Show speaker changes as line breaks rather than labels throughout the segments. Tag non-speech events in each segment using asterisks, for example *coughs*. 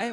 哎，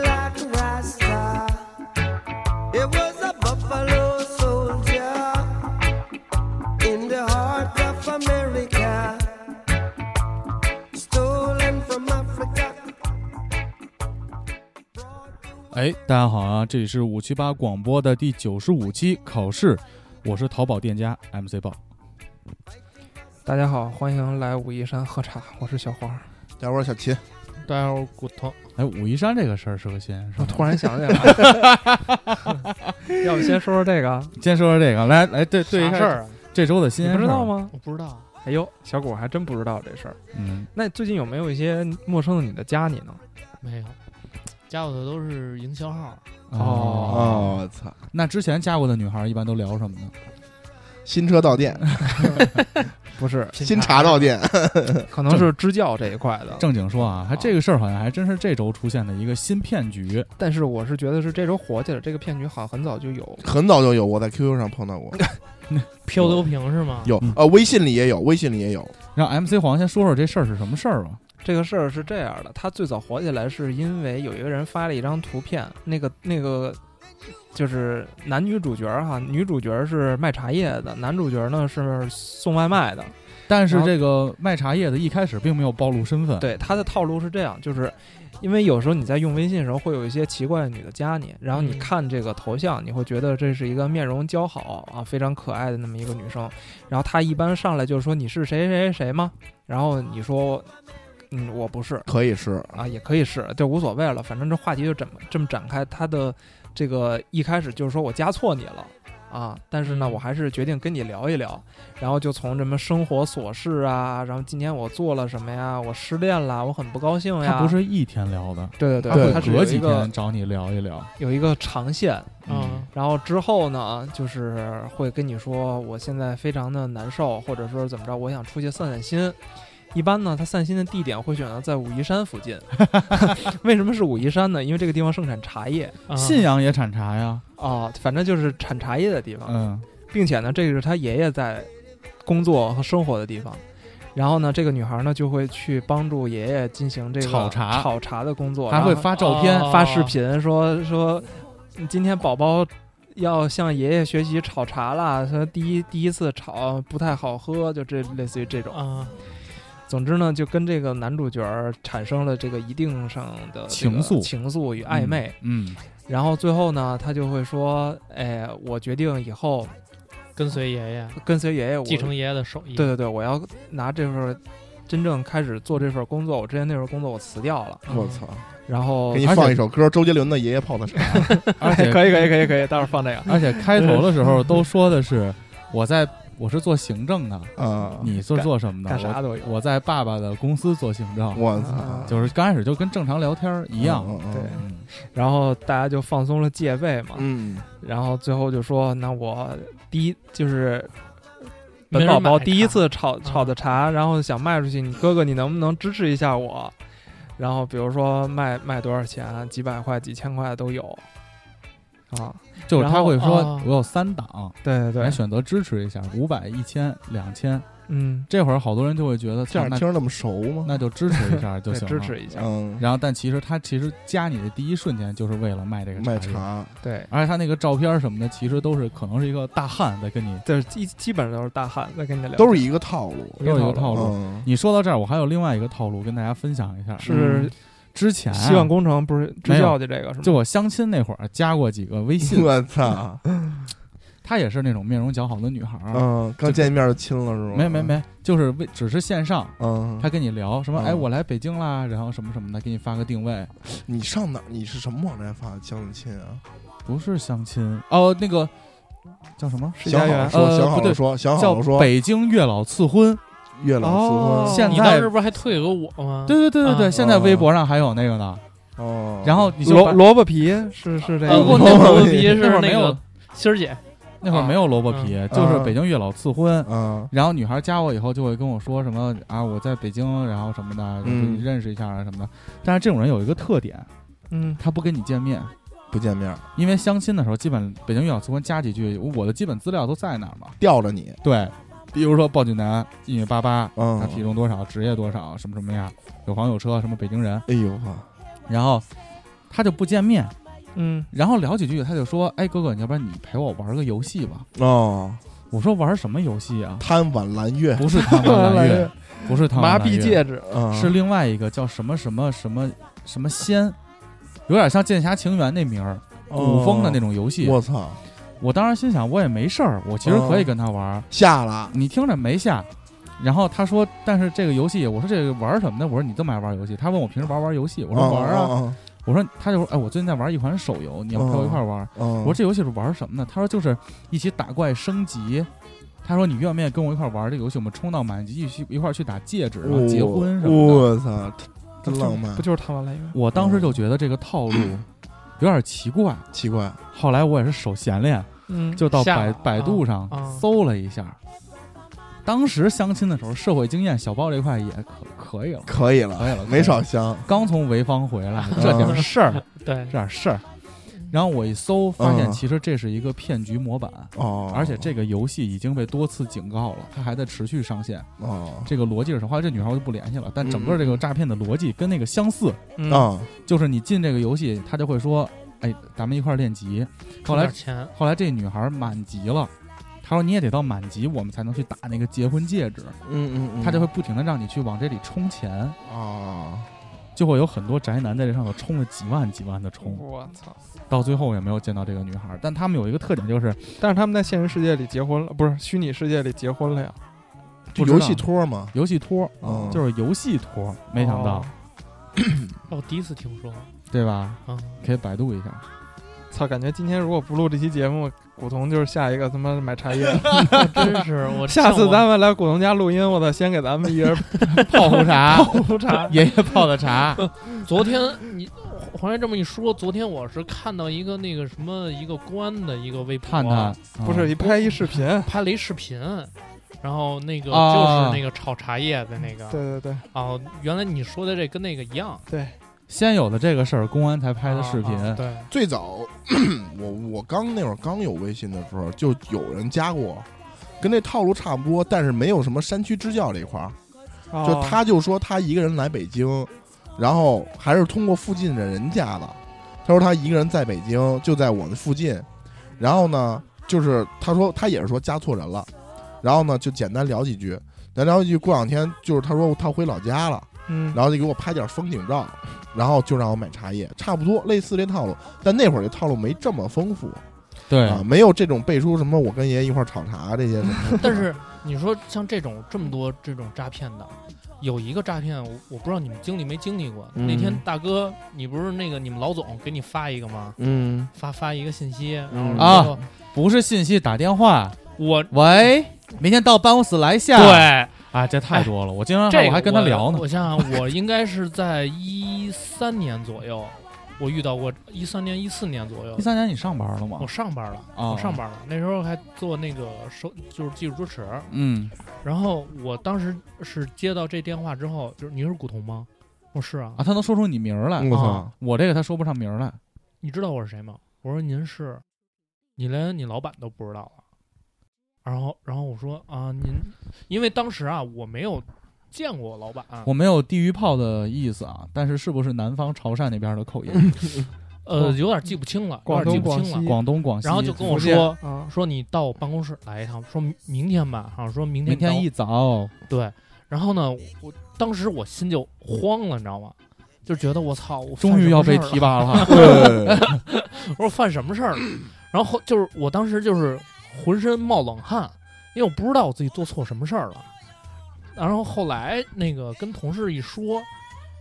rasta. It was a buffalo soldier in the heart of America, stolen from Africa.
哎，大家好啊！这里是五七八广播的第九十五期考试，我是淘宝店家 MC 豹。
大家好，欢迎来武夷山喝茶，我是小花。
大家好，我是小秦。
大家好，骨头，
哎，武夷山这个事儿是个新是
我
吧？
突然想起来了， *laughs* 要不先说说这个啊，
先说说这个，来来，对对一
啥
下
事儿啊？
这周的新
你
鲜
不知
事儿
道？吗？
我不知道，
哎呦，小果还真不知道这事儿。
嗯，
那最近有没有一些陌生的你的加你呢？
没有，加我的都是营销号，
哦，我操！
嗯那之前加过的女孩一般都聊什么呢？
新车到
*laughs*
店，
不是，
新茶到店， *laughs*
可能是支教这一块的。
正经说啊，还这个事儿好像还真是这周出现的一个新骗局。
但是我是觉得是这周火起来，这个骗局好像很早就有。
很早就有，我在 QQ 上碰到过，
漂流瓶是吗？
*laughs* 有
嗯
呃，微信里也有，微信里也有。
让 MC 黄先说说这事儿是什么事儿吧。
这个事儿是这样的，他最早火起来是因为有一个人发了一张图片，那个那个就是男女主角儿哈，女主角儿是卖茶叶的，男主角儿呢是送外卖的。
但是
然后
这个卖茶叶的一开始并没有暴露身份，，
对，他的套路是这样，就是因为有时候你在用微信的时候，会有一些奇怪的女的加你，然后你
嗯
看这个头像，你会觉得这是一个面容姣好啊，非常可爱的那么一个女生，然后她一般上来就是说你是谁谁谁谁吗？然后你说，嗯，我不是
可以是，
啊，也可以是，就无所谓了，反正这话题就这么这么展开，她的这个一开始就是说我加错你了。啊，但是呢，
嗯
我还是决定跟你聊一聊，然后就从什么生活琐事啊，然后今天我做了什么呀，我失恋了，我很不高兴呀。
他不是一天聊的，
啊对对
对
它
他
是
会隔
有一
几
个
天找你聊一聊。
有一个长线，
嗯
啊，
然后之后呢，就是会跟你说我现在非常的难受，或者说怎么着，我想出去散散心。一般呢，他散心的地点会选择在武夷山附
*laughs*
近。为什么是武夷山呢？因为这个地方盛产茶叶
啊
信阳也产茶呀，
啊、反正就是产茶叶的地方。
嗯，
并且呢，这个是他爷爷在工作和生活的地方。然后呢，这个女孩呢就会去帮助爷爷进行这个
炒茶
炒茶的工作，
还
然后
会发照片，
哦
发视频说说，今天宝宝要向爷爷学习炒茶啦，说第一第一次炒不太好喝，就这类似于这种。
啊，
总之呢，就跟这个男主角儿产生了这个一定上的这个
情愫
情愫与暧昧。
嗯，
然后最后呢，他就会说：“哎，我决定以后
跟随爷爷，
跟随爷爷，我
继承爷爷的手艺，
对对对，我要拿这份儿真正开始做这份儿工作。我之前那份儿工作我辞掉了，
哦
啊
我操！
然后
给你放一首歌，周杰伦的《爷爷泡的茶》。
*laughs*
*laughs*
嗯而且
可以可以可以可以，待会儿放这个。
而且开头的时候都说的是我在我是做行政的，
啊，
你是做什么的？
干啥都有
我我在爸爸的公司做行政，
我
啊
操，
就是刚开始就跟正常聊天儿一样。
哦
嗯嗯
对
嗯
然后大家就放松了戒备嘛，
嗯，
然后最后就说，那我第一就是
没
本
人
宝宝
买
第一
茶
次炒
嗯
炒的茶，然后想卖出去，你哥哥你能不能支持一下我？然后比如说卖卖多少钱，啊几百块、几千块都有啊。
就是他会
然后
说
哦
我有三档，
对对
来
对，
选择支持一下，五百、一千、两千。
嗯，
这会儿好多人就会觉得，
这
操
样
那
听着那么熟吗？
那就支持一下就
*laughs* 对，
行
支
了。啊
持一下。
嗯，
然后，但其实他其实加你的第一瞬间就是为了卖这个
卖
叶。
茶，
对，
而且他那个照片什么的，其实都是可能是一个大汉在跟你
这基基本上都是大汉在跟你聊天，
都是一个套路。
都有一个套路。
嗯，
你说到这儿，我还有另外一个套路跟大家分享一下。嗯
是
之前啊
希望工程不是支
没有
教的这个是吗？
就啊我相亲那会儿加过几个微信，
我操，
她也是那种面容姣好的女孩儿，啊
嗯，刚见面就亲了是吗？
没没，没，就是微只是线上，
嗯，
她跟你聊什么，
嗯
哎，我来北京啦，然后什么什么的，给你发个定位，
你上哪儿？你是什么网站发的相亲啊？
不是相亲哦，那个叫什么？
家
想好
园
了说，
呃
想
不
好
对
了说，想好
叫
了哦说。
北京月老赐婚，
月老
哦
赐婚，
现
你当
在
时不是还退给我吗？
对对对对对，
啊
现在微博上还有那个呢，
哦，
然后你就
萝
把啊
萝卜皮是是这
呃，不，
个 *laughs* 吗，
那会儿萝卜皮
那会
是
儿没
那
有
个心儿姐，
那会儿没有啊萝卜皮，就是北京月老赐婚。
嗯
然后女孩加我以后就会跟我说什么啊，我在北京，然后什么的，就
嗯
你认识一下啊什么的。但是这种人有一个特点，
嗯，
他不跟你见面，
不见面
因为相亲的时候基本北京月老赐婚加几句，我的基本资料都在那儿嘛。
吊着你，
对，比如说报俊男一米八八，
嗯，
他体重多少，职业多少，什么什么样，有房有车，什么北京人。
哎呦哈，
然后他就不见面，
嗯，
然后聊几句，他就说：“哎，哥哥，你要不然你陪我玩个游戏吧
哦，？”
我说：“玩什么游
*laughs*
戏啊？”
贪碗蓝月，
不是贪玩蓝月，不是贪玩
麻
蓝月
痹戒指，
嗯，
是另外一个叫什么什么什么什么仙，有点像《剑侠情缘》那名儿，
哦
古风的那
种。
种游戏。
哦我操，
我当时心想，我也没事儿，我其实可以跟他
哦
玩儿。
下了，
你听着没下。然后他说：“但是这个游戏，我说这个玩儿什么呢？我说你这么爱玩儿游戏。他问我平时玩儿玩儿游戏，我
哦
说玩儿啊。
啊，
我说他就说，哎，我最近在玩一款手游，你要不陪我一块儿玩儿？
嗯，
我说这游戏是玩什么呢？他说就是一起打怪升级。他说你愿不愿意跟我一块儿玩这个游戏？我们冲到满级，一起一块儿去打戒指，然后
哦
结婚什么的。
我操，真浪漫
不，就是贪玩来源？
我当时就觉得这个套路
嗯
有点奇怪。
奇怪，
后来我也是手闲练，
嗯，
就到
下
百
了
百度上
啊
搜了一下。当时相亲的时候，社会经验小报这块也可可以了，
可以了，
可以了，
没少香，
刚从潍坊回
*laughs*
来，这点
*laughs*
事儿，
嗯
对
这，点事儿。然后我一搜，发现
嗯
其实这是一个骗局模板，
哦，
而且这个游戏已经被多次警告了，它还在持续上线。
哦
这个逻辑是什么？后来这女孩我就不联系了，但整个这个诈骗的逻辑跟那个相似，
嗯
啊，
就是你进这个游戏，他就会说：“哎，咱们一块儿练级。”后
充
来
点，钱，
后来这女孩满级了。她说：“你也得到满级，我们才能去打那个结婚戒指。
嗯嗯
她就会不停的让你去往这里充钱，哦
啊，
就会有很多宅男在这上头充了几万几万的充。
我操！
到最后也没有见到这个女孩儿。但他们有一个特点就是
但是他们在现实世界里结婚了，不是虚拟世界里结婚了呀？
不知道
游戏托嘛，
游戏托，
嗯
就是游戏托，没想到、
哦
哦我第一次听说
对吧？
啊，
可以百度一
*laughs*
下。
操，感觉今天如果不录这期节目，古潼就是下一个他妈买茶叶。
*laughs* 真是
*laughs*
我
下次咱
们
们来古潼家录音，我操，先给咱们一人
泡壶茶，
泡茶。
*laughs* 爷爷泡的茶，
*laughs* 昨天你黄爷这么一说，昨天我是看到一个那个什么一个公安的一个微博，啊
探探
不是，一拍一视频，
拍了一视频，然后那个
啊
就是那个炒茶叶的那个，
对对对
哦，原来你说的这跟那个一样，
对，
先有的这个事儿，公安才拍的视频。
啊啊对，
最早 *clears throat* 我我刚那会儿刚有微信的时候，就有人加过我，跟那套路差不多，但是没有什么山区支教这一块儿。就
哦
他就说他一个人来北京，然后还是通过附近的人家的。他说他一个人在北京，就在我们附近。然后呢，就是他说他也是说加错人了，然后呢就简单聊几句，咱聊几句。过两天就是他说他回老家了。
嗯，
然后就给我拍点风景照，然后就让我买茶叶，差不多类似这套路，但那会儿这套路没这么丰富
对、
啊，没有这种背书什么我跟爷一块儿炒茶这些什么的。
*laughs* 但是你说像这种这么多这种诈骗的，有一个诈骗我我不知道你们经历没经历过。
嗯
那天大哥，你不是那个你们老总给你发一个吗？
嗯，
发发一个信息，然
嗯
后说
啊不是信息打电话，
我
喂，明天到办公室来下。
对哎
啊，这太多了，我经常
这个
我还跟他聊呢
我。我想想，我应该是在一三年左右，我遇到过一三年一四年左右
一，三年你上班了吗
我？上班了。
啊，
我上。班了，那时候还做那个收，就是技术支持。
嗯，
然后我当时是接到这电话之后，就是你是古潼吗？我说是啊
啊，，他能说出你名儿来，
我操
啊，
我这个他说不上名儿来。
你知道我是谁吗？我说您是，你连你老板都不知道了。然后，然后我说啊，您，因为当时啊，我没有见过我老板，
我没有地狱炮的意思啊，但是是不是南方潮汕那边的口音？啊
呃，有点记不清了，有
广
点记
东
不
广
清了
西。
广东、广西，
然后就跟我
福建
说，
啊，
说你到我办公室来一趟，说明天吧，好像说明天
明
你到
天一早，
对，然后呢，我当时我心就慌了，你知道吗？就觉得我操，我
终于要被
犯什么事
提
儿了，
拔
*laughs*
了。
对，
我说犯什么事儿了？然后就是我当时就是浑身冒冷汗，因为我不知道我自己做错什么事儿了。然后后来那个跟同事一说，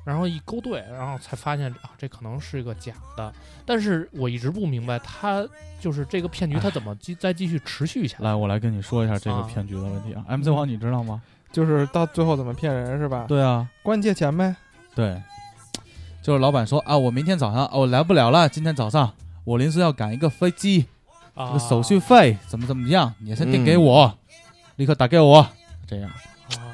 然后一勾兑，然后才发现啊，这可能是个假的。但是我一直不明白，他就是这个骗局，他怎么继再继续持续下来？
来，我来跟你说一下这个
啊
骗局的问题啊。MC 王，你知道
*laughs*
吗？
就是到最后怎么骗人是吧？
对啊，
管你借钱呗，
对，就是老板说啊，我明天早上啊我来不了了，今天早上我临时要赶一个飞机，这
啊
个手续费怎么怎么样，你先定给
嗯
我，立刻打给我，这样
啊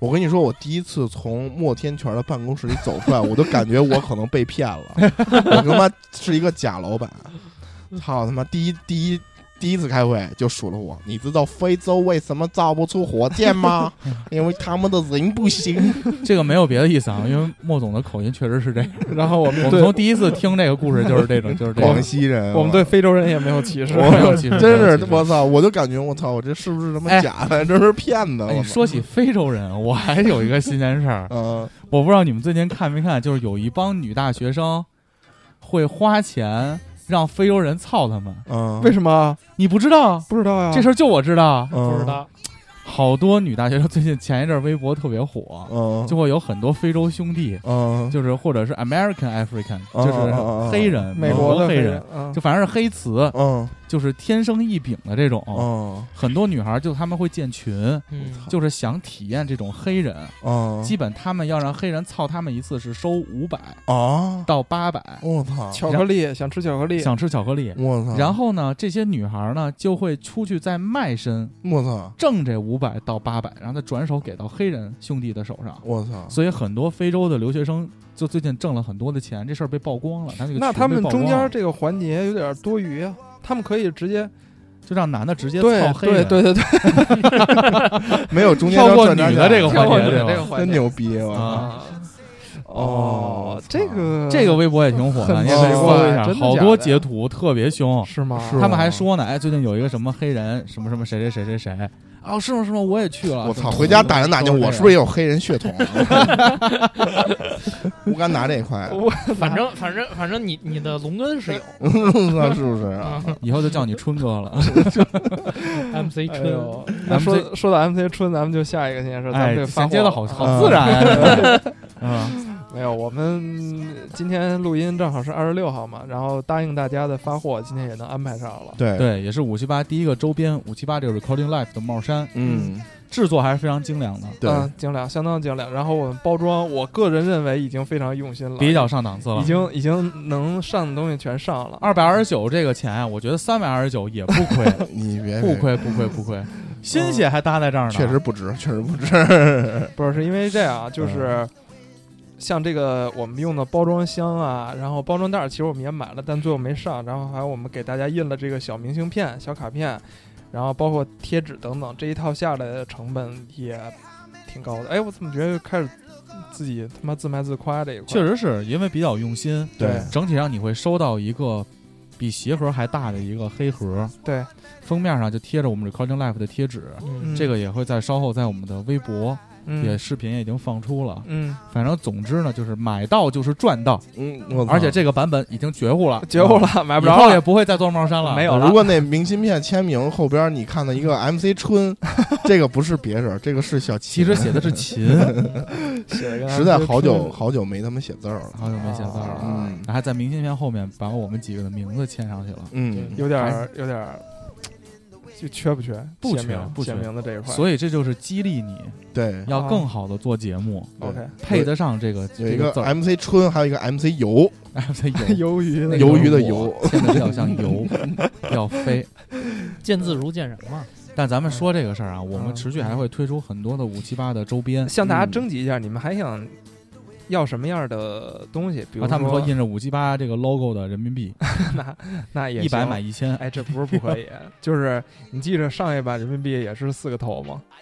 我跟你说，我第一次从莫天全的办公室里走出来，我都感觉我可能被骗了。我他妈是一个假老板，操他妈！第一第一第一次开会就数落我，你知道非洲为什么造不出火箭吗？因为他们的人不行。
这个没有别的意思啊，因为莫总的口音确实是这
*laughs*
样。然后我们我们从第一次听这个故事就是这种，就是这
广
样。
西
*laughs*
人，
我们对非洲人也没有歧视。
没有歧视
真
没有
是
歧视
我操！我就感觉我操，我这是不是他妈
嗯哎
假的？ *laughs* 这是骗子！
哎，
我
你
操
说起非洲人，我还有一个新鲜事儿，
嗯
我不知道你们最近看没看，就是有一帮女大学生会花钱让非洲人操他们，
嗯，
为什么啊
你不知道？
不知道呀？
这事儿就我知道，
嗯
不知道
好多女大学生最近前一阵儿微博特别火，
嗯，
就会有很多非洲兄弟，
嗯，
就是或者是 American African，
嗯
就是黑人，
美
哦国
的
黑
人
人，，
嗯
就反正是黑词，
嗯
就是天生异禀的这种。
嗯
很多女孩就他们会建群，
嗯
就是想体验这种黑人，
嗯
基本他们要让黑人操他们一次是收五百
啊！
到八百，
我操！
巧克力想吃巧克力，
想吃巧克力。
嗯
我操！
然后呢，这些女孩呢就会出去再卖身
我操！
挣这五百到八百，然后再转手给到黑人兄弟的手上。
我
嗯
操！
所以很多非洲的留学生就最近挣了很多的钱，这事儿被曝光了。他这个
那
群
他
被
们
曝光
中间
了
这个环节有点多余啊。他们可以直接
就让男的直接
对
操黑
对对对
人，
对，
没有中间
跳
要
过
赚点
女的
钱
这个
跳
环
过
节
去
对吧
这个环
真
节
牛逼！我操！
啊！
啊！
哦
哦，
操
这个
这个微博也挺火的，
很
你也可以
奇
搜
怪
一下，
真的
好
假
多
的
截图特别凶。
是吗？
是
他们还
吗
说呢，哎，最近有一个什么黑人什么什么谁谁谁谁谁，哦，是吗是吗？我也去了。
我操！
怎么
回家打听打听，我
都这
是不是
样
也有黑人血统？啊
*laughs*
乌干达这一块，我
反正反正反正你你的龙根是有
操， *laughs* 是不是啊？
啊
以后就叫你春哥
*laughs*
了？
，MC
哎
春
呦，那说说到 MC 春，咱们就下一个新鲜事，咱
哎
们这，发
衔接的好
货了
嗯
好自然。
*laughs*
嗯，
没有，我们今天录音正好是二十六号嘛，然后答应大家的发货，今天也能安排上了。
对，
对，也是五七八第一个周边，五七八这个 Recording Life 的帽衫
嗯，
制作还是非常精良的，
对，
嗯，精良，相当精良。然后我们包装，我个人认为已经非常用心了，
比较上档次了
已。经已经能上的东西全上了。
二百二十九这个钱，啊我觉得三百二十九也不
*laughs*
亏，
你别
不，亏不亏不亏，心血还搭在这儿呢。
确实，不值，确实不值。
不是，是因为这样啊，
嗯
就是像这个我们用的包装箱啊，然后包装袋，其实我们也买了，但最后没上。然后还有我们给大家印了这个小明信片、小卡片，然后包括贴纸等等，这一套下来的成本也挺高的。哎，我怎么觉得开始自己他妈自卖自夸这一块？
确，实是因为比较用心，
对
整体上你会收到一个比鞋盒还大的一个黑盒，
对，
封面上就贴着我们 Recording Life 的贴纸。
嗯
这个也会在稍后在我们的微博
嗯
也视频也已经放出了，
嗯，
反正总之呢，就是买到就是赚到，
嗯，我操
而且这个版本已经绝户了，
*laughs*
啊
绝户，嗯了，买不
嗯以
着
后
了
也不会再做帽衫了，
*laughs* 没有了
如果那明信片签名后边你看到一
*laughs*
个 MC 春，这个不是别人，这个是小
其
齐。
实写的
*laughs*
是琴，
写了一个
实在好久好久没他妈写字儿了。
好久没写字儿了。啊
嗯
还在明信片后面把我们几个的名字签上去了，
嗯，
有点儿有点儿，就缺不缺？
不
写
缺
名
不
写
缺
名的这一块。
所以这就是激励你
对，
要更好的做节目，
对
OK
配得上这个
有
这
一个
字 *laughs* 儿。
MC 春，还有一个 MC 油，
哎，
*laughs*
在
*laughs*
游
鱿鱼
那
那
个
个
鱿鱼的
我
油
签的比较像
*laughs*
油，要飞。
见字如见人嘛，
但咱们说这个事儿啊，我们
嗯
持续还会推出很多的五七八的周边，嗯
向大家征集一下，你们还想要什么样的东西？比如
然后啊他们说
说，
印着五七八这个 logo 的人民币，
那也
一百
行
买。
*laughs*
一千，
哎，这不是不可
*laughs*
以，就是你记着上一版人民币也是四个头
*laughs*
吗？
哎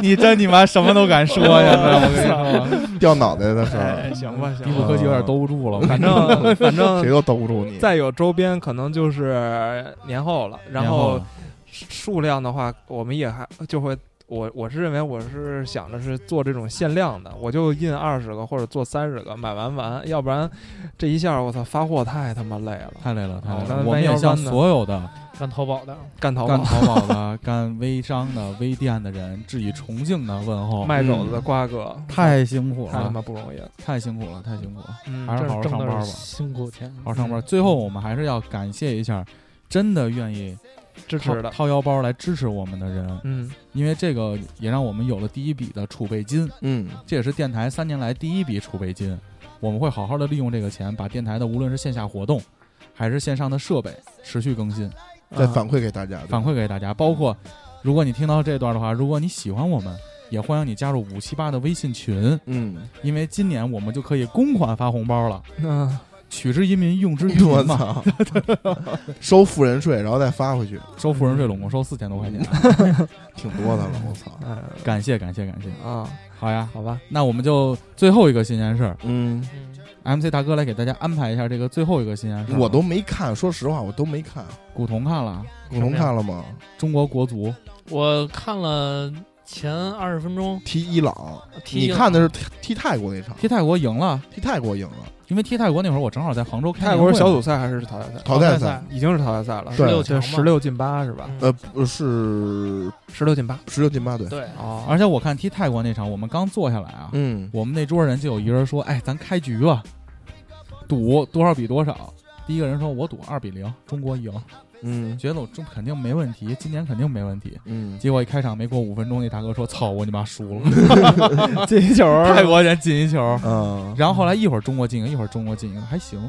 你真你妈什么都敢说呀！
*laughs*
我跟你说，
掉脑袋的时候，
哎，行吧，行
低谷
吧，
科技有点兜不住了，
反正反
*laughs*
谁
正
都兜不住你。
再有周边可能就是年后了，然后数量的话，我们也还就会。我我是认为我是想着是做这种限量的，我就印二十个或者做三十个，买完完，要不然这一下我操发货太他妈累了，
太累了，太累
咱
了。
们
我们也
弯腰
向
弯的
所有的
干淘宝的，
干淘宝
干淘宝的、干微商的、微店的人致以崇敬的问候，
卖肘子的瓜哥，
太辛苦
太他
了，
妈不容易了。
太辛苦了，太辛苦了。
嗯
还是好好
这
上
挣
班吧
的是辛苦钱，
好好上班。最后，我们还是要感谢一下，真的愿意
支
掏
持的。
掏腰包来支持我们的人，
嗯，
因为这个也让我们有了第一笔的储备金，
嗯，
这也是电台三年来第一笔储备金。我们会好好的利用这个钱，把电台的无论是线下活动，还是线上的设备持续更新，
再
啊
反馈给大家。对吧
反馈给大家。包括如果你听到这段的话，如果你喜欢我们，也欢迎你加入五七八的微信群，
嗯，
因为今年我们就可以公款发红包了，
嗯，
取之于民，用之于
我
民嘛，
操，收富人税，然后再发回去，
收富人税拢共收四千多块钱，
嗯
挺多的了。我操，
哎
*laughs* 感谢感谢感谢。
啊，
好呀，
好吧，
那我们就最后一个新鲜事儿
嗯，
嗯，
，MC 大哥来给大家安排一下这个最后一个新鲜事儿吧。
嗯我都没看，说实话，我都没看。
古潼看了啊
古潼看了吗？
中国国足，
我看了前二十分钟，
踢伊朗，
踢
你
英
看的是踢踢泰国那场，
踢泰国赢了，
踢泰国赢了，
因为踢泰国那会儿我正好在杭州开
泰国是小
年会
组
嘛，
赛还是淘汰赛？
淘汰赛。
已经是淘汰赛了，
对
16强嘛
十六进八是吧？
嗯
呃，不是
十六进八。
十六进八队。
对，
哦，
而且我看踢泰国那场，我们刚坐下来啊，
嗯，
我们那桌人就有一人说：“哎，咱开局吧，赌多少比多少。”第一个人说：“我赌二比零，中国赢。”
嗯
觉得我中肯定没问题，今年肯定没问题。
嗯，
结果一开场没过五分钟，那大哥说：“操，我你妈输了，进一球，泰国人进一球。”
啊，
然后后来一会儿中国进一个，一会儿中国进一个，还行，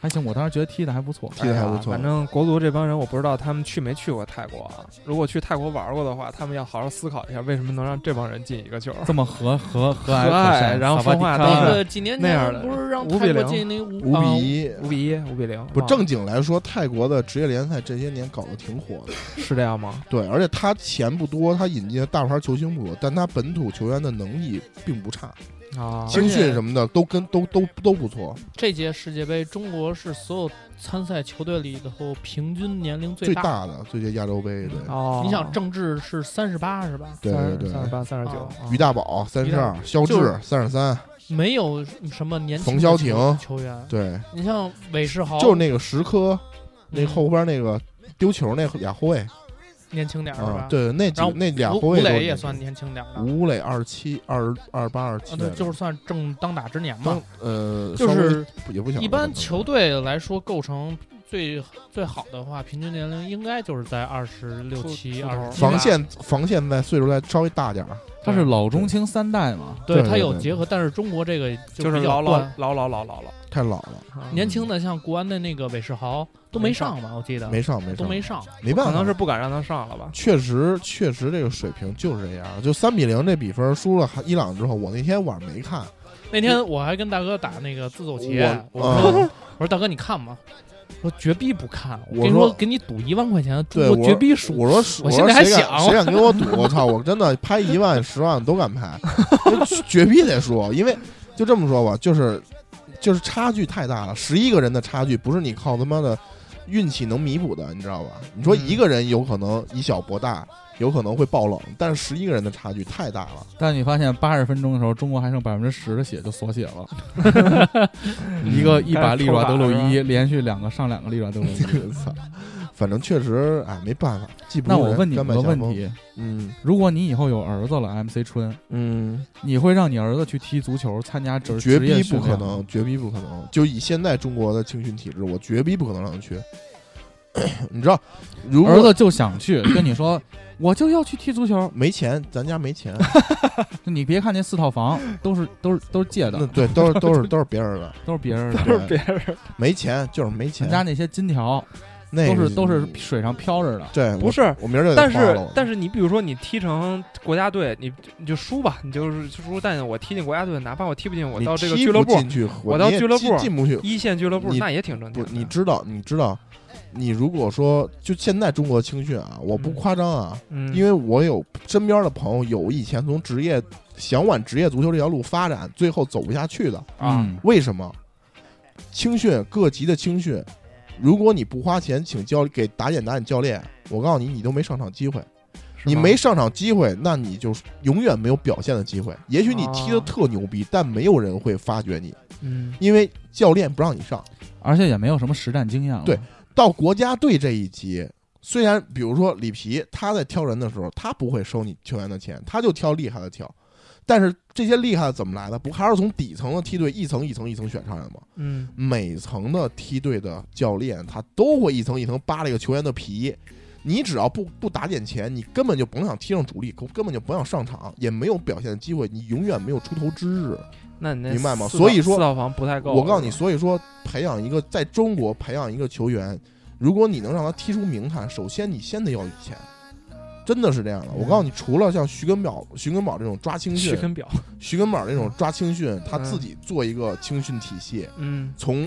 还行。我当时觉得踢的还不错。哎
踢的还不错
啊反。正国足这帮人，我不知道他们去没去过泰国啊。如果去泰国玩过的话，他们要好好思考一下，为什么能让这帮人进一个球。
*laughs*
这么和和和蔼
和蔼
善
然后
萨瓦
说
迪
话
卡
都
那
是
个几年
那样
前
的
不是让
5比
泰国
0
进那五啊
五比一，
五比一，五比零，
不
啊
正经来说，泰国的职业联赛这些年搞得挺火的，
是这样吗？
对，而且他钱不多，他引进的大牌球星不多，但他本土球员的能力并不差，
啊，
青训什么的都跟都都都不错，
这届世界杯，中国是所有参赛球队里头平均年龄
最
大。
大嗯的最近亚洲杯，对，
哦，
你想郑智是三十八是吧？
对对
三十
对，
八、三十九
啊，
于大宝三嗯十二，肖
就
智
是
三十三，
没有什么年轻
冯
的
潇
球
霆
球员，
对，
你像韦世豪，
就是那个石科，那
嗯
后边那个丢球那俩后卫
年轻点儿是吧
啊，？，对，那几
然后
那嗯俩
吴
后
吴
卫都
磊
是
也算年轻点儿的，
吴磊二十七、二二八、二
啊
七，
那就是算正当打之年
当
嘛。
呃，
就
稍微
是
不也不小了，
一般
可能
球队来说，构成最最好的话，平均年龄应该就是在二十六
出
七、
出头
二十
防线防线在岁数再稍微大点儿，
他是老中青三代嘛，
对
对
它
对
有
对
结合，但是中国这个
就是
比较
老
啊
老
断。
老老老啊老老
太老了，
年轻的像国安的那个韦世豪都没
没上
上吧？我记得
没上没上
都没上。
没办法，
可能是不敢让他上了吧？
确实确实这个水平就是这样，就三比零这比分输了伊朗之后，我那天晚上没看，
那天我还跟大哥打那个自走棋，
我
我说、
嗯
我说大哥你看吗？我说绝逼不看，
我
跟你
说
给你赌一万块钱，中
对
国
我
绝逼输。
我说
我
我
现
说
在还
谁
想
敢谁敢跟我赌？我操！我真的拍一万、十万都敢拍，绝逼得输，因为就这么说吧，就是就是差距太大了，十一个人的差距不是你靠他妈的运气能弥补的，你知道吧？你说一个人有可能以小博大，有可能会爆冷，但是十一个人的差距太大了。
但你发现八十分钟的时候，中国还剩百分之十的血就缩血了，
嗯
嗯
*laughs*
一个一把利软德鲁伊连续两个上两个利软德鲁伊。
操，反正确实哎没办法，技不
*laughs* 那
如
我
人
问你
甘
们
拜
个
下
问
风
题：
嗯
如果你以后有儿子了，MC 春，
嗯，
你会让你儿子去踢足球，参加
呃
职
绝
职业
逼
训
不
练
可
吗
能，绝逼不可能。就以现在中国的青训体制，我绝逼不可能让他去。 *coughs* 你知道，如
儿
果
子就
*clears throat*
想去，跟你说，我就要去踢足球。
没钱，咱家没钱，
你别看那四套房都是都是都是借
嗯那
的，
对，都是都是都是别人的，
都是别人的。
对
别人
没钱就是没
人
钱。
家那些金条
那
都
个
是都是水上漂着的。
对，
不
我
是
我明儿就得
但
花
是
了我
但是你比如说你踢成国家队，你你就输吧，你就是就输。但我踢进国家队，哪怕我踢不进，我
你
到这个
踢
俱乐
不
部，
进去，
我到
你也
俱乐
进
部
进不去，
一线俱乐部，
你
那也挺正
不
常，
你知道，你知道，你如果说就现在中国的青训啊，我不
嗯
夸张啊，
嗯，
因为我有身边的朋友有以前从职业想往职业足球这条路发展，最后走不下去的。
啊，
嗯
为什么？青训各级的青训，如果你不花钱请教给打点打点教练，我告诉你，你都没上场机会。
是
你
吗
没上场机会，那你就永远没有表现的机会。也许你踢得
哦
特牛逼，但没有人会发掘你，
嗯
因为教练不让你上。
而且也没有什么实战经验了。
对到国家队这一级，虽然比如说里皮他在挑人的时候，他不会收你球员的钱，他就挑厉害的挑。但是这些厉害的怎么来的？不还是从底层的梯队一层一层一层选上来的吗？
嗯
每层的梯队的教练他都会一层一层扒这个球员的皮，你只要不不打点钱，你根本就甭想踢上主力，根根本就甭想上场，也没有表现的机会，你永远没有出头之日。
那你那
明白吗
四
所
套
以说
四套房不太够。
我告诉
是
你，
吧，
所以说培养一个在中国培养一个球员，如果你能让他踢出名堂，首先你先得要有钱，真的是这样的。我告诉你，除了像徐根宝、徐根宝这种抓青
嗯徐
训，
根表，
*laughs* 徐根宝这种抓青训，他
嗯
自己做一个青训体系，
嗯，
从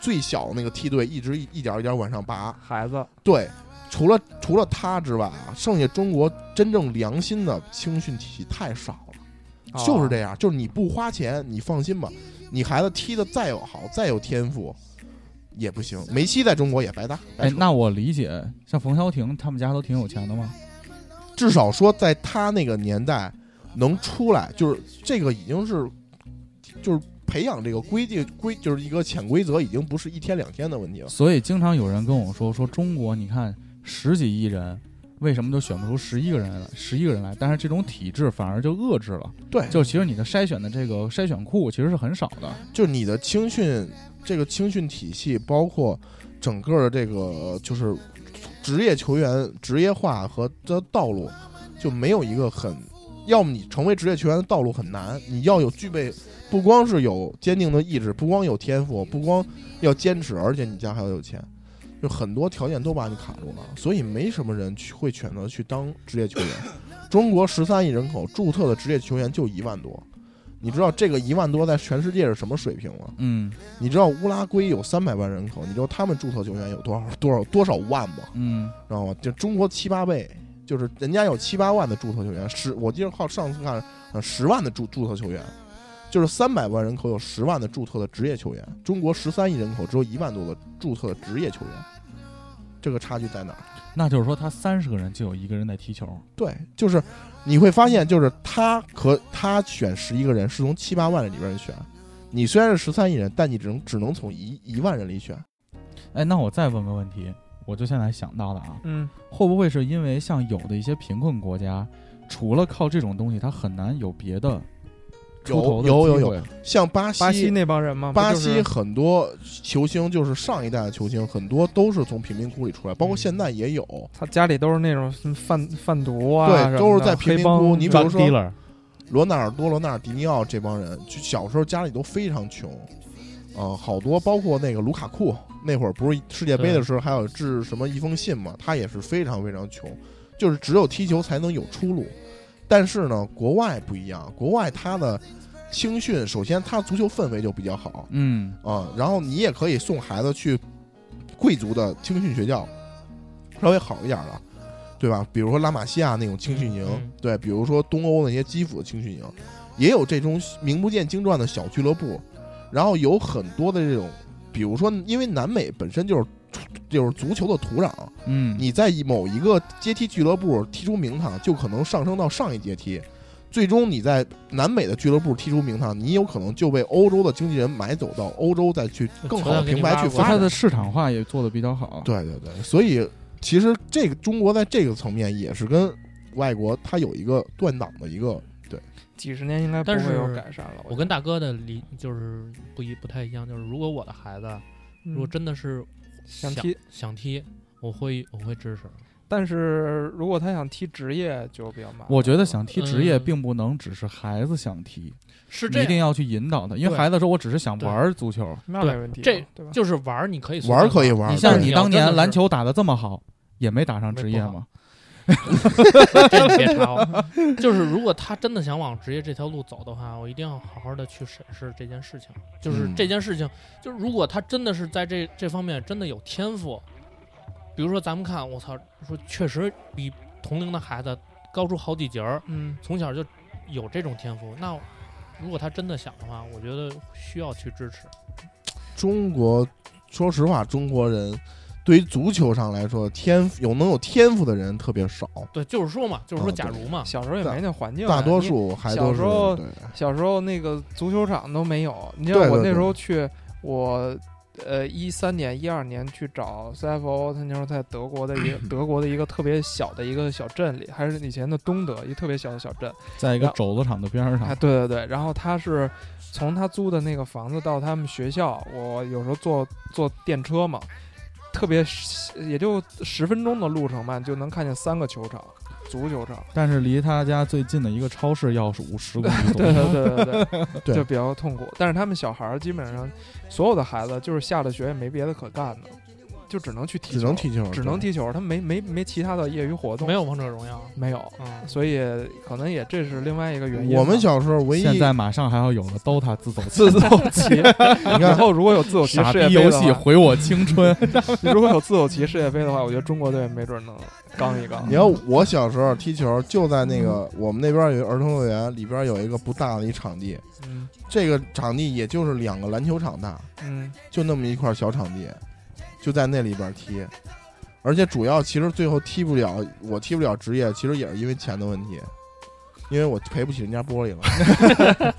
最小那个梯队一直一一点一点往上拔。
孩子，
对，除了除了他之外啊，剩下中国真正良心的青训体系太少了。
哦
就是
啊
这样，就是你不花钱，你放心吧，你孩子踢的再有好，再有天赋，也不行。梅西在中国也白搭，白
哎，
扯
那我理解，像冯潇霆他们家都挺有钱的嘛，
至少说在他那个年代能出来，就是这个已经是就是培养这个规矩规就是一个潜规则，已经不是一天两天的问题了。
所以经常有人跟我说，说中国你看十几亿人，为什么就选不出十一个人来？十一个人来，但是这种体制反而就遏制了。
对，
就其实你的筛选的这个筛选库其实是很少的。
就是你的青训这个青训体系，包括整个的这个就是职业球员职业化和的道路，就没有一个很，要么你成为职业球员的道路很难，你要有具备不光是有坚定的意志，不光有天赋，不光要坚持，而且你家还要有钱。就很多条件都把你卡住了，所以没什么人去会选择去当职业球员。中国十三亿人口，注册的职业球员就一万多，你知道这个一万多在全世界是什么水平吗？
嗯
你知道乌拉圭有三百万人口，你知道他们注册球员有多少多少多少万吗？
嗯，
知道吗？就中国七八倍，就是人家有七八万的注册球员，十我记得靠上次看，呃，十万的注注册球员，就是三百万人口有十万的注册的职业球员，中国十三亿人口只有一万多的注册的职业球员，这个差距在哪儿？
那就是说他三十个人就有一个人在踢球。
对，就是你会发现，就是他和他选十一个人是从七八万人里边选，你虽然是十三亿人，但你只能只能从一一万人里选。
哎，那我再问个问题，我就现在想到的啊，
嗯，
会不会是因为像有的一些贫困国家，除了靠这种东西，他很难有别的出头
有
的
有有
机
有，
会
像巴西，
巴西那帮人嘛，不
巴
就是
西很多球星就是上一代的球星，很多都是从贫民窟里出来，包
嗯
括现在也有。
他家里都是那种什么贩贩毒啊，
对都
什么
是
的
在贫
黑
民窟
帮
你比
找
如
drug
说
dealer，
罗纳尔多、罗纳尔迪尼奥这帮人，就小时候家里都非常穷，呃，好多包括那个卢卡库，那会儿不是世界杯的时候还有致什么一封信嘛，他也是非常非常穷，就是只有踢球才能有出路。但是呢，国外不一样，国外他的青训，首先他足球氛围就比较好，
嗯，
啊，然后你也可以送孩子去贵族的青训学校，稍微好一点儿的，对吧？比如说拉玛西亚那种青训营，
嗯嗯
对，比如说东欧那些基辅的青训营，也有这种名不见经传的小俱乐部，然后有很多的这种，比如说，因为南美本身就是就是足球的土壤，
嗯，
你在某一个阶梯俱乐部踢出名堂，就可能上升到上一阶梯，最终你在南美的俱乐部踢出名堂，你有可能就被欧洲的经纪人买走到欧洲再去更好的平台去
就
发
它
展。
的市场化也做得比较好。
对对对，所以其实这个中国在这个层面也是跟外国它有一个断档的一个
几十年应该不
但
会有
是
改善了。
我跟大哥的理就是不一不太一样，就是如果我的孩子如果
嗯
真的是
想
想
踢，
想踢，我会我会支持。
但是如果他想踢职业就比较麻烦。
我觉得想踢职业，
嗯
并不能只是孩子想踢，
是
你一定要去引导他，因为
对
孩子说：“我只是想
对
玩儿足球。
那
对
没问题嘛，
这
对吧？
就是玩儿，你可以”随
玩儿
便
可以玩儿，
你像
对
你
你要
当
真
年
的
篮
是
球打得这么好，也没打上职业嘛。
这你别查我。 *laughs* 就是如果他真的想往职业这条路走的话，我一定要好好的去审视这件事情。就是
嗯
这件事情，就是如果他真的是在这这方面真的有天赋，比如说咱们看，我操，说确实比同龄的孩子高出好几截儿，
嗯，
从小就有这种天赋，那。如果他真的想的话，我觉得需要去支持。
中国，说实话，中国人对于足球上来说，天赋有能有天赋的人特别少，
对，就是说嘛，就是
啊
说，
对
假如嘛，
小时候也
大
没那环境啊，
大多
你
数还
小
都
时
是
候
对
小时候那个足球场都没有。你像
对
我
对
那时
对
候去，我呃一三年、一二年去找 CFO，他那时候在德国的一
*clears throat*
个德国的一个特别小的一个小镇里，还是以前的东德，一特别小的小镇。
在一个肘子厂的边儿
啊，
上，
对对对，然后他是从他租的那个房子到他们学校，我有时候坐坐电车嘛，特别也就十分钟的路程吧，你就能看见三个球场，足球场。
但是离他家最近的一个超市要是五十公
*laughs*
里左
对
右。
对对对对，
*laughs* 对
就比较痛苦。但是他们小孩儿基本上所有的孩子就是下了学也没别的可干的，就只能去踢球，
只能，踢球，
只能踢球，他没没没其他的业余活动，
没有王者荣耀，
没有，
嗯，
所以可能也这是另外一个原因啊
对。
吧。
我们小时候唯一，
现
你
在马上还要有了 DOTA 自走
自
*laughs*
棋，
走棋，以
看
后如果有自走棋
傻
世界
逼
杯
游
的
戏
话，
毁我
*laughs*
青春。
如果有自走棋世界杯的话，我觉得中国队没准能刚一刚
你。要我小时候踢球，就在那个
嗯
我们那边有一个儿童乐园，里边有一个不大的一场地，
嗯
这个场地也就是两个篮球场大，
嗯，
就那么一块小场地，就在那里边踢。而且主要其实最后踢不了，我踢不了职业，其实也是因为钱的问题，因为我赔不起人家玻璃了。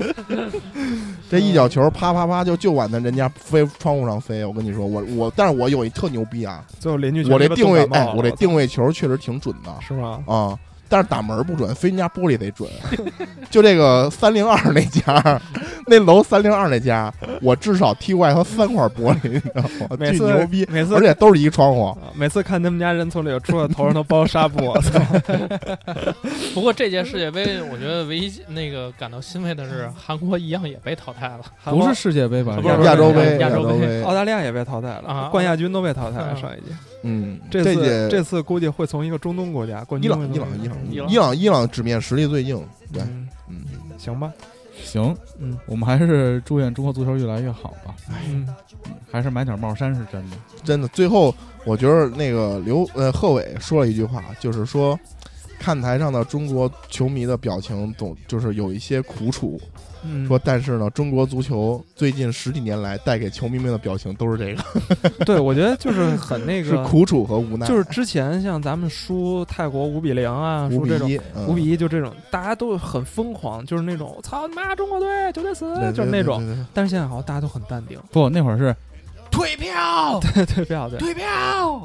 *laughs* 这一脚球啪啪啪就就往那人家飞窗户上飞，我跟你说，我我，但是我有一特牛逼啊，
最后邻居
我这定位哎
哎，，
我这定位球确实挺准的
是吗？
啊。但是打门不准，飞人家玻璃得准。就这个三零二那家，那楼三零二那家，我至少踢坏他三块玻璃，你知道吗？
每
巨
次
牛逼，
每次
而且都是一窗户。
啊每次看他们家人从里头出来，头上都包纱布，啊我操！
不过这届
嗯
世界杯，我觉得唯一那个感到欣慰的是，韩国一样也被淘汰了。
韩
不
国
是世界杯吧？
不是
亚
不是
亚洲杯，
亚
亚
洲杯
杯，
澳大利亚也被淘汰了
啊，
冠亚军都被淘汰了。
嗯
上一届，
嗯，
这
届
次这次估计会从一个中东国家，冠
伊
军
朗
会，从
伊朗，伊朗，
伊朗
伊朗，伊朗纸面实力最硬。对，
嗯，
嗯，
行吧，
行，
嗯
我们还是祝愿中国足球越来越好吧。
哎
嗯，
还是买点帽衫是真的。
真的，最后我觉得那个刘呃贺炜说了一句话，就是说，看台上的中国球迷的表情总就是有一些苦楚，
嗯
说但是呢，中国足球最近十几年来带给球迷们的表情都是这个，
对，我觉得就是很那
*laughs* 是
个，
苦楚和无奈，
就是之前像咱们输泰国五比零啊，
五
输
比
这种。
一，嗯
五比一就这种，大家都很疯狂，就是那种操你妈中国队就得死，
对
就是
对
那种。
对对对
但是现在好像大家都很淡
*laughs*
定，
不，那会儿是
退票，对对票，对
对标。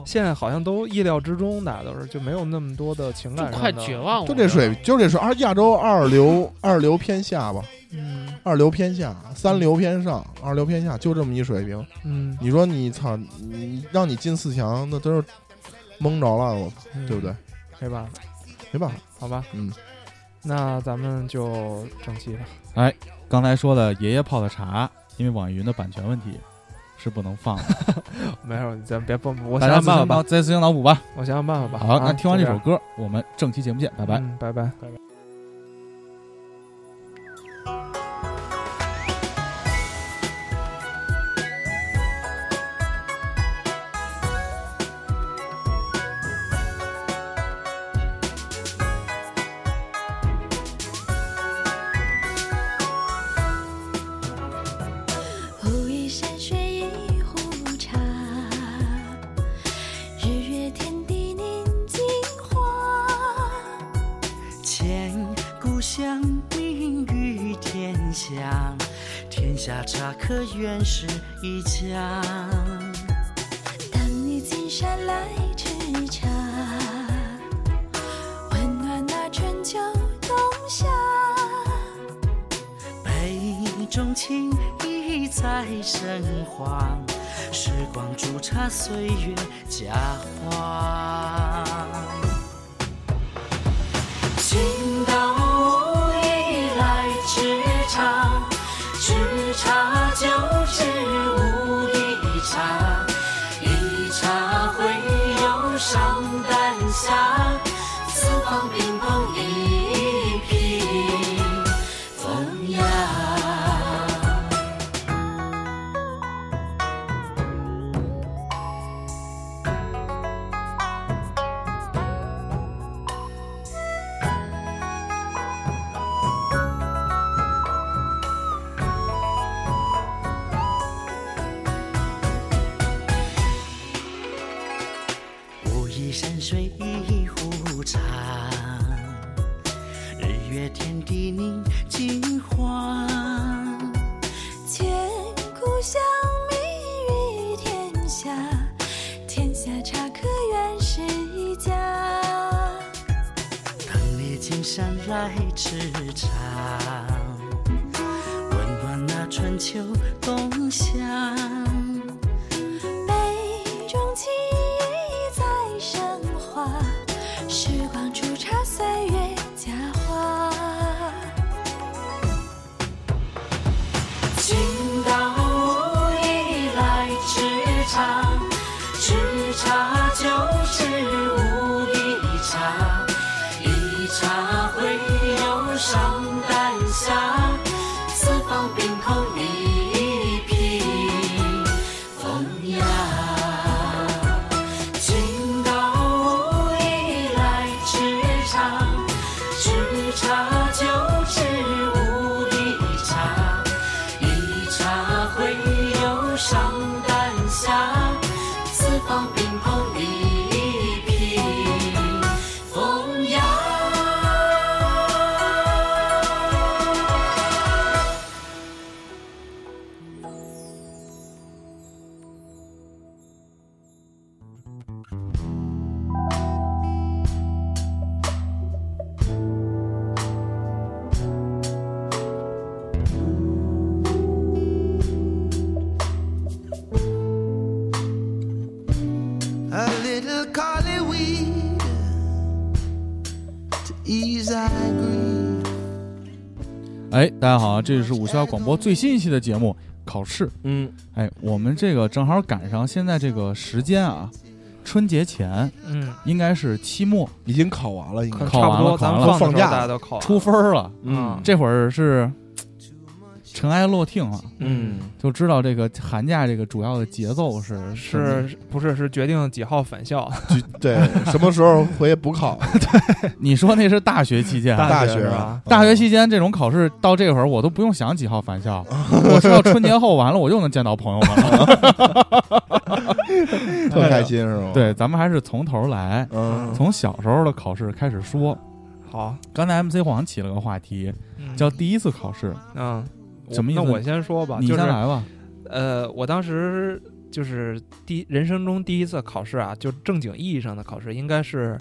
现在好像都意料之中，大家都是就没有那么多的情
就
感上
快
的
绝。望了，
就这水，就这水，二亚洲二流二流偏下吧，
嗯
二流偏下，三流偏上，二流偏下，就这么一水平。
嗯，
你说你操，你让你进四强，那真是蒙着了，我
嗯
对不对？？
没办法，
没办法，
好吧，
嗯，
那咱们就整期吧。
刚才说的爷爷泡的茶，因为网易云的版权问题是不能放的。
没有，咱别蹦，我
大
想想
家自
办法
行
吧
脑，再自行脑补吧。
我想想办法吧。
好，
啊
那听完这
就
首
样
歌，我们正期节目见，拜拜。
嗯，拜拜。
湖一山水一壶茶，日月天地宁静花。
千古香茗与天香，天下茶客原是一家。
当你进山来吃茶，温暖那春秋冬夏。
杯中情意在生黄，时光煮茶岁月佳话。青岛无意来吃茶，吃茶就是无意茶，一茶会有上淡下，四方宾朋一品风雅。无一山水一壶茶，日月天地宁静花。
千古香茗于天下，天下茶客原是一家。
当你进山来吃茶，温暖那春秋冬夏。
杯中情
寻到无意来职场，职茶就是无敌茶，一茶会有上淡下，四方并头一品风雅。寻到无意来职场，职茶就是无敌茶。一茶会有上淡下，四方宾朋一品风雅。
a little collie weed to ease our grief.
哎，大家好，这是五七八广播最新一期的节目考试。
嗯，
哎，我们这个正好赶上现在这个时间啊，春节前
嗯，
应该是期末
已经考完了，应
可
该
能
考
差
完
不
了
多，
考
咱
完
们放的
了
时候
放假
大家都考完了
出分儿了，
嗯
这会儿是尘埃落定了，
嗯，
就知道这个寒假这个主要的节奏是什么
是不是是决定几号返校？
对，什么时候回去补考？
你说那是大学
*laughs*
期间啊，
大
学
学
是吧？
大学期间这种考试到这会儿我都不用想几号返校，我知道春节后完了我又能见到朋友们了。
嗯特开心是吗？，
对，咱们还是从头来，
嗯，
从小时候的考试开始说。
好，
刚才 MC 黄起了个话题，
嗯
叫第一次考试，
嗯，我
什么意思
那我先说吧，
你
就
先
是
来吧。
呃，我当时就是第人生中第一次考试啊，就正经意义上的考试，应该是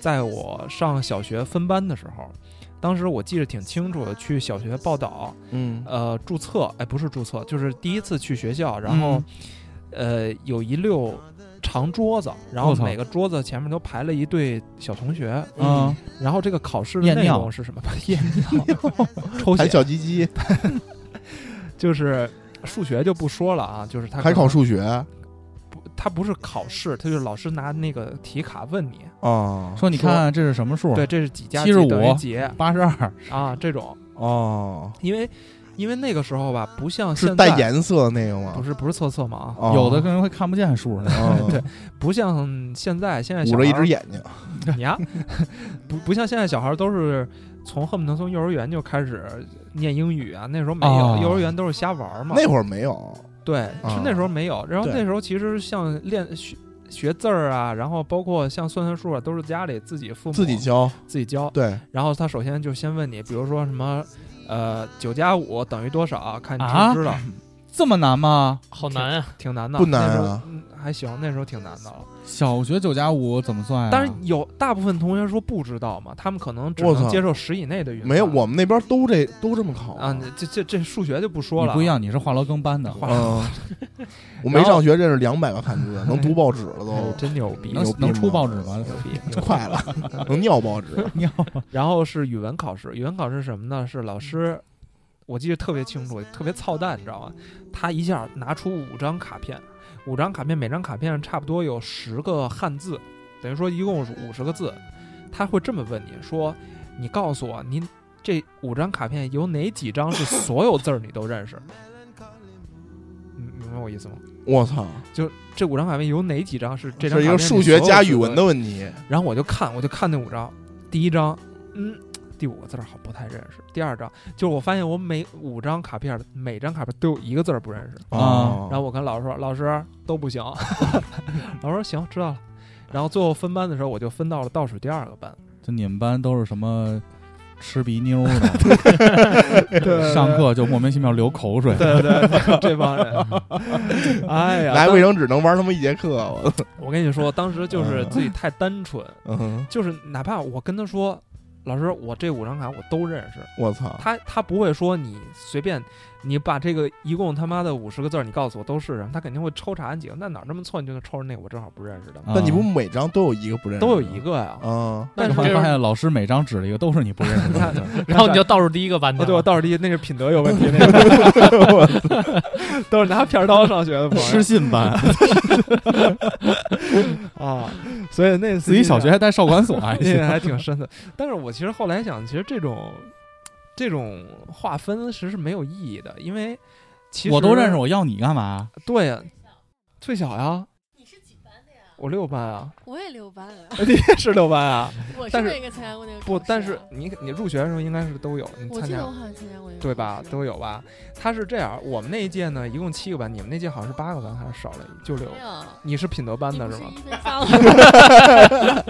在我上小学分班的时候。当时我记得挺清楚的，去小学报道，
嗯
呃，注册，哎，不是注册，就是第一次去学校，然后，呃，有一溜长桌子，然后
我操
每个桌子前面都排了一队小同学，
嗯，
然后这个考试的
验
内
尿
容是什么？ *laughs* 验尿，抽
还
血，
小鸡鸡，
就是数学就不说了啊，就是他
还
可
考
能
数学
不，他不是考试，他就是老师拿那个题卡问你，
啊？
说你看这是什么数？
对，，这是几加几
75
等于几
八十二。
啊？这种，
哦，
因为因为那个时候吧，不像现
是
在
带颜色的那个吗
不？是不是测测嘛啊，
哦
有的可能会看不见数
*laughs*
呢。
嗯
对不像现在，现在小
捂着一
孩儿
只眼睛， *laughs*
你呀，不不像现在小孩儿都是从恨不得从幼儿园就开始念英语啊，那时候没有，
哦
幼儿园都是瞎玩儿嘛。
那会儿没有，
对，
啊
是那时候没有。然后
对
那时候其实像练学学字儿啊，然后包括像算算数啊，都是家里自己父母
自己教，
自己教。
对，
然后他首先就先问你，比如说什么，呃，九加五等于多少？看你知
啊
不知道，
这么难吗？
好难啊！
挺难的。
*laughs* 不难啊
那
嗯
时候嗯还行，那时候挺难的了。
小学九加五怎么算啊呀？
但是有大部分同学说不知道嘛，他们可能只
我操
能接受十以内的语法。
没有，我们那边都这都这么考
啊，那这这这数学就不说
你
了，啊
不一。样，你是话痨更班的，
话
嗯， *laughs* 我没上学认识两百个汉字，能读报纸了
哎
都，，
真牛逼，
能
牛逼
能出
吗
报纸
*laughs*
吗？
牛逼！牛逼
快了，能尿报纸。
尿
然后是语文考试，语文考试是什么呢？是老师，我记得特别清楚，特别操蛋，你知道吗？他一下拿出五张卡片，五张卡片，每张卡片差不多有十个汉字，等于说一共是五十个字。他会这么问你说：“你告诉我，您这五张卡片有哪几张是所有字儿你都认识？”嗯，明白我意思吗？
我操，
就这五张卡片有哪几张是这张
是一
卡
个
片里
数学
所有
加
字
语文的问题。
然后我就看，我就看那五张，第一张，嗯，第五个字儿好不太认识。第二张，就是我发现我每五张卡片儿，每张卡片都有一个字儿不认识。
啊，
然后我跟老师说，老师都
*laughs*
不行。 *laughs* 老师说行，知道了。然后最后分班的时候，我就分到了倒数第二个班。
*laughs* 就你们班都是什么吃鼻妞的， *laughs* 上课就莫名其妙流口水。 *laughs*
对对对， *laughs* 这帮人，
*laughs*
哎呀，
拿
当
卫生纸能玩他妈一节课，我
*laughs* 我跟你说，当时就是自己太单纯，
嗯
就是哪怕我跟他说，老师，我这五张卡我都认识。
我操，
他他不会说你随便，你把这个一共他妈的五十个字儿，你告诉我都是什么，他肯定会抽查你几个。那哪儿那么错？你就能抽着那个我正好不认识的，
啊
但你不每张都有一个不认识的
都
吗，
有一个呀。 *laughs*
啊，
但
但是
是
后来
这
发
是
现老师每张指了一个都是你不认识的字
*laughs* 然后你就倒数第一个完
哦，
掉
对，
了。
我倒数第一，那是品德有问题，那个
*laughs*
都是拿片儿刀上学的朋
失
友
信班，
啊，所以那
自己小学还带少管所，还
那
行
个还挺深的。但是我其实后来想，其实这种这种划分其实是没有意义的，因为其实
我都认识，我要你干嘛？
对呀，最小呀，我六班啊，
我也六班
*laughs*
*laughs*
啊，
你也是六班啊？
我是
但是
那个参加过那个考试
不，
啊。
但是你你入学的时候应该是都有，你
我
参
记
加
得我好像参加过那个考试，
对吧？都有吧？他是这样，我们那一届呢一共七个班，你们那届好像是八个班还是少了，就六
没
个。
有。
你是品德班
你
的
不
是
是
吗？
一分校吗？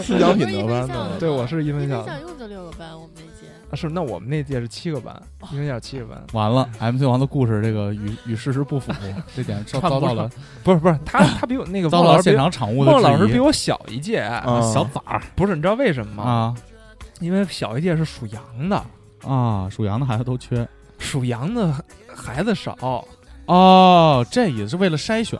四角品
你
德
不是一分
班
校
的
的，
对，我是一
一
分校
分校
的。
一共就六个班，我们那届。
啊是，那我们那届是七个班，一分校是七个班。
完了，MC 王的故事这个与与事实不 *laughs* 符，这点遭遭到了
不是不是，
*laughs*
他他比我那个
遭
孟
到
老
了
师比
现场场务的
孟老
质
师比
疑
我小一届，
啊
小崽儿
不是你知道为什么吗？
啊
因为小一届是属羊的，
啊！属羊的孩子都缺
属羊的孩子少。
哦，这也是为了筛选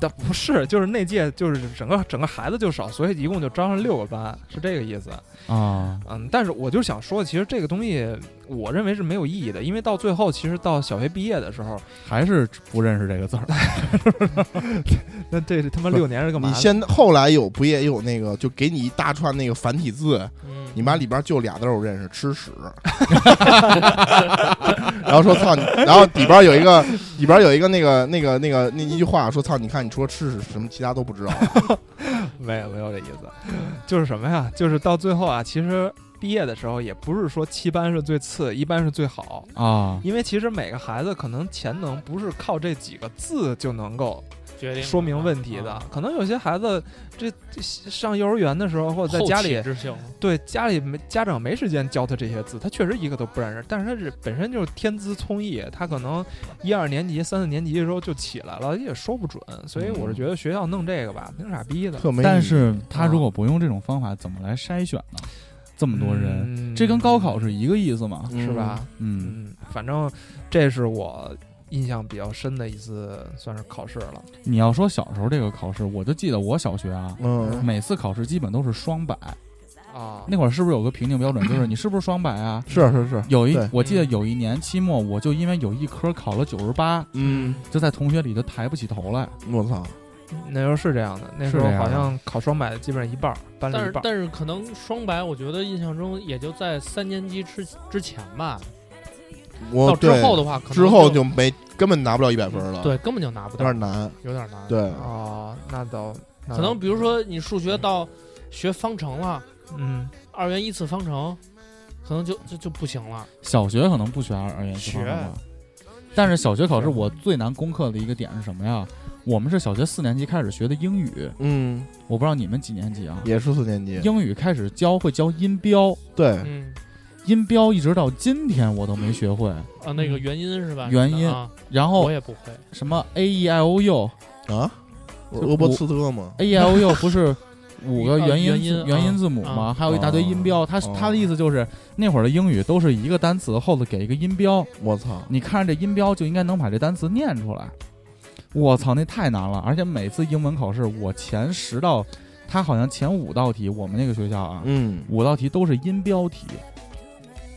但不是，就是那届就是整个整个孩子就少，所以一共就招上六个班，是这个意思。
啊
嗯，但是我就想说，其实这个东西我认为是没有意义的，因为到最后，其实到小学毕业的时候，
还是不认识这个字儿，
那这他妈六年是干嘛
你
的？
先后来有不也有那个，就给你一大串那个繁体字，
嗯
你妈里边就俩字儿我认识，吃屎。 *laughs* 然后说操你，然后里边有一个里边有一个那个那个那个那一句话说操，你看你除了吃屎什么其他都不知道。
没有没有这意思，就是什么呀？就是到最后啊，其实毕业的时候也不是说七班是最次，一班是最好，
*laughs* 啊
因为其实每个孩子可能潜能不是靠这几个字就能够
决定
说明问题的
啊，
可能有些孩子这这上幼儿园的时候或者在家
后
里
起之秀
对家里没家长没时间教他这些字，他确实一个都不认识。但是他是本身就是天资聪异，他可能一二年级、三四年级的时候就起来了，也说不准。所以
嗯
我是觉得学校弄这个吧，挺傻逼的。
特没意义，
但是他如果不用这种方法，怎么来筛选呢？这么多人，
嗯
这跟高考是一个意思嘛？
是吧？
嗯，
嗯，反正这是我印象比较深的一次，算是考试了。
你要说小时候这个考试，我就记得我小学啊，
嗯，
每次考试基本都是双百。
啊，
那会儿是不是有个评定标准，就是你是不是双百啊？
是是是，
有一
对，
我记得有一年期末，我就因为有一科考了九十八，
嗯，
就在同学里就抬不起头来。
我操，
那时候是这样的，那时
是
候
这样的
好像考双百的基本上一半儿，班里
但
一
是
半儿。
但是可能双百，我觉得印象中也就在三年级之之前吧。
我
哦
到之
对
后的话，可能
之后就没根本拿不了一百分了，，
对根本就拿不
有
到，
点难，
有点难。，
对，
啊，那倒那
可
倒
能比如说你数学到学方程了，
嗯，
二元一次方程，可能就就就不行了。
小学可能不学二哎元一次方程吧，但是小学考试我最难攻克的一个点是什么呀？我们是小学四年级开始学的英语，
嗯，
我不知道你们几年级啊？
也是四年级，
英语开始教会教音标，
对，
嗯，
音标一直到今天我都没学会。
啊，那
嗯
个元音是吧？
元音
啊，
然
我
后
也不会。
什么 A E I O U
啊，
就
俄罗斯特吗？
A E I O U 不是五个
呃
元音
元
字
音
元音
啊
字母
啊
吗？还有一大堆音标。他
哦
他的意思就是那会儿的英语都是一个单词后头给一个音标，
我操，
你看着这音标就应该能把这单词念出来。我操，那太难了！而且每次英文考试，我前十道，他好像前五道题，我们那个学校啊，
嗯，
五道题都是音标题，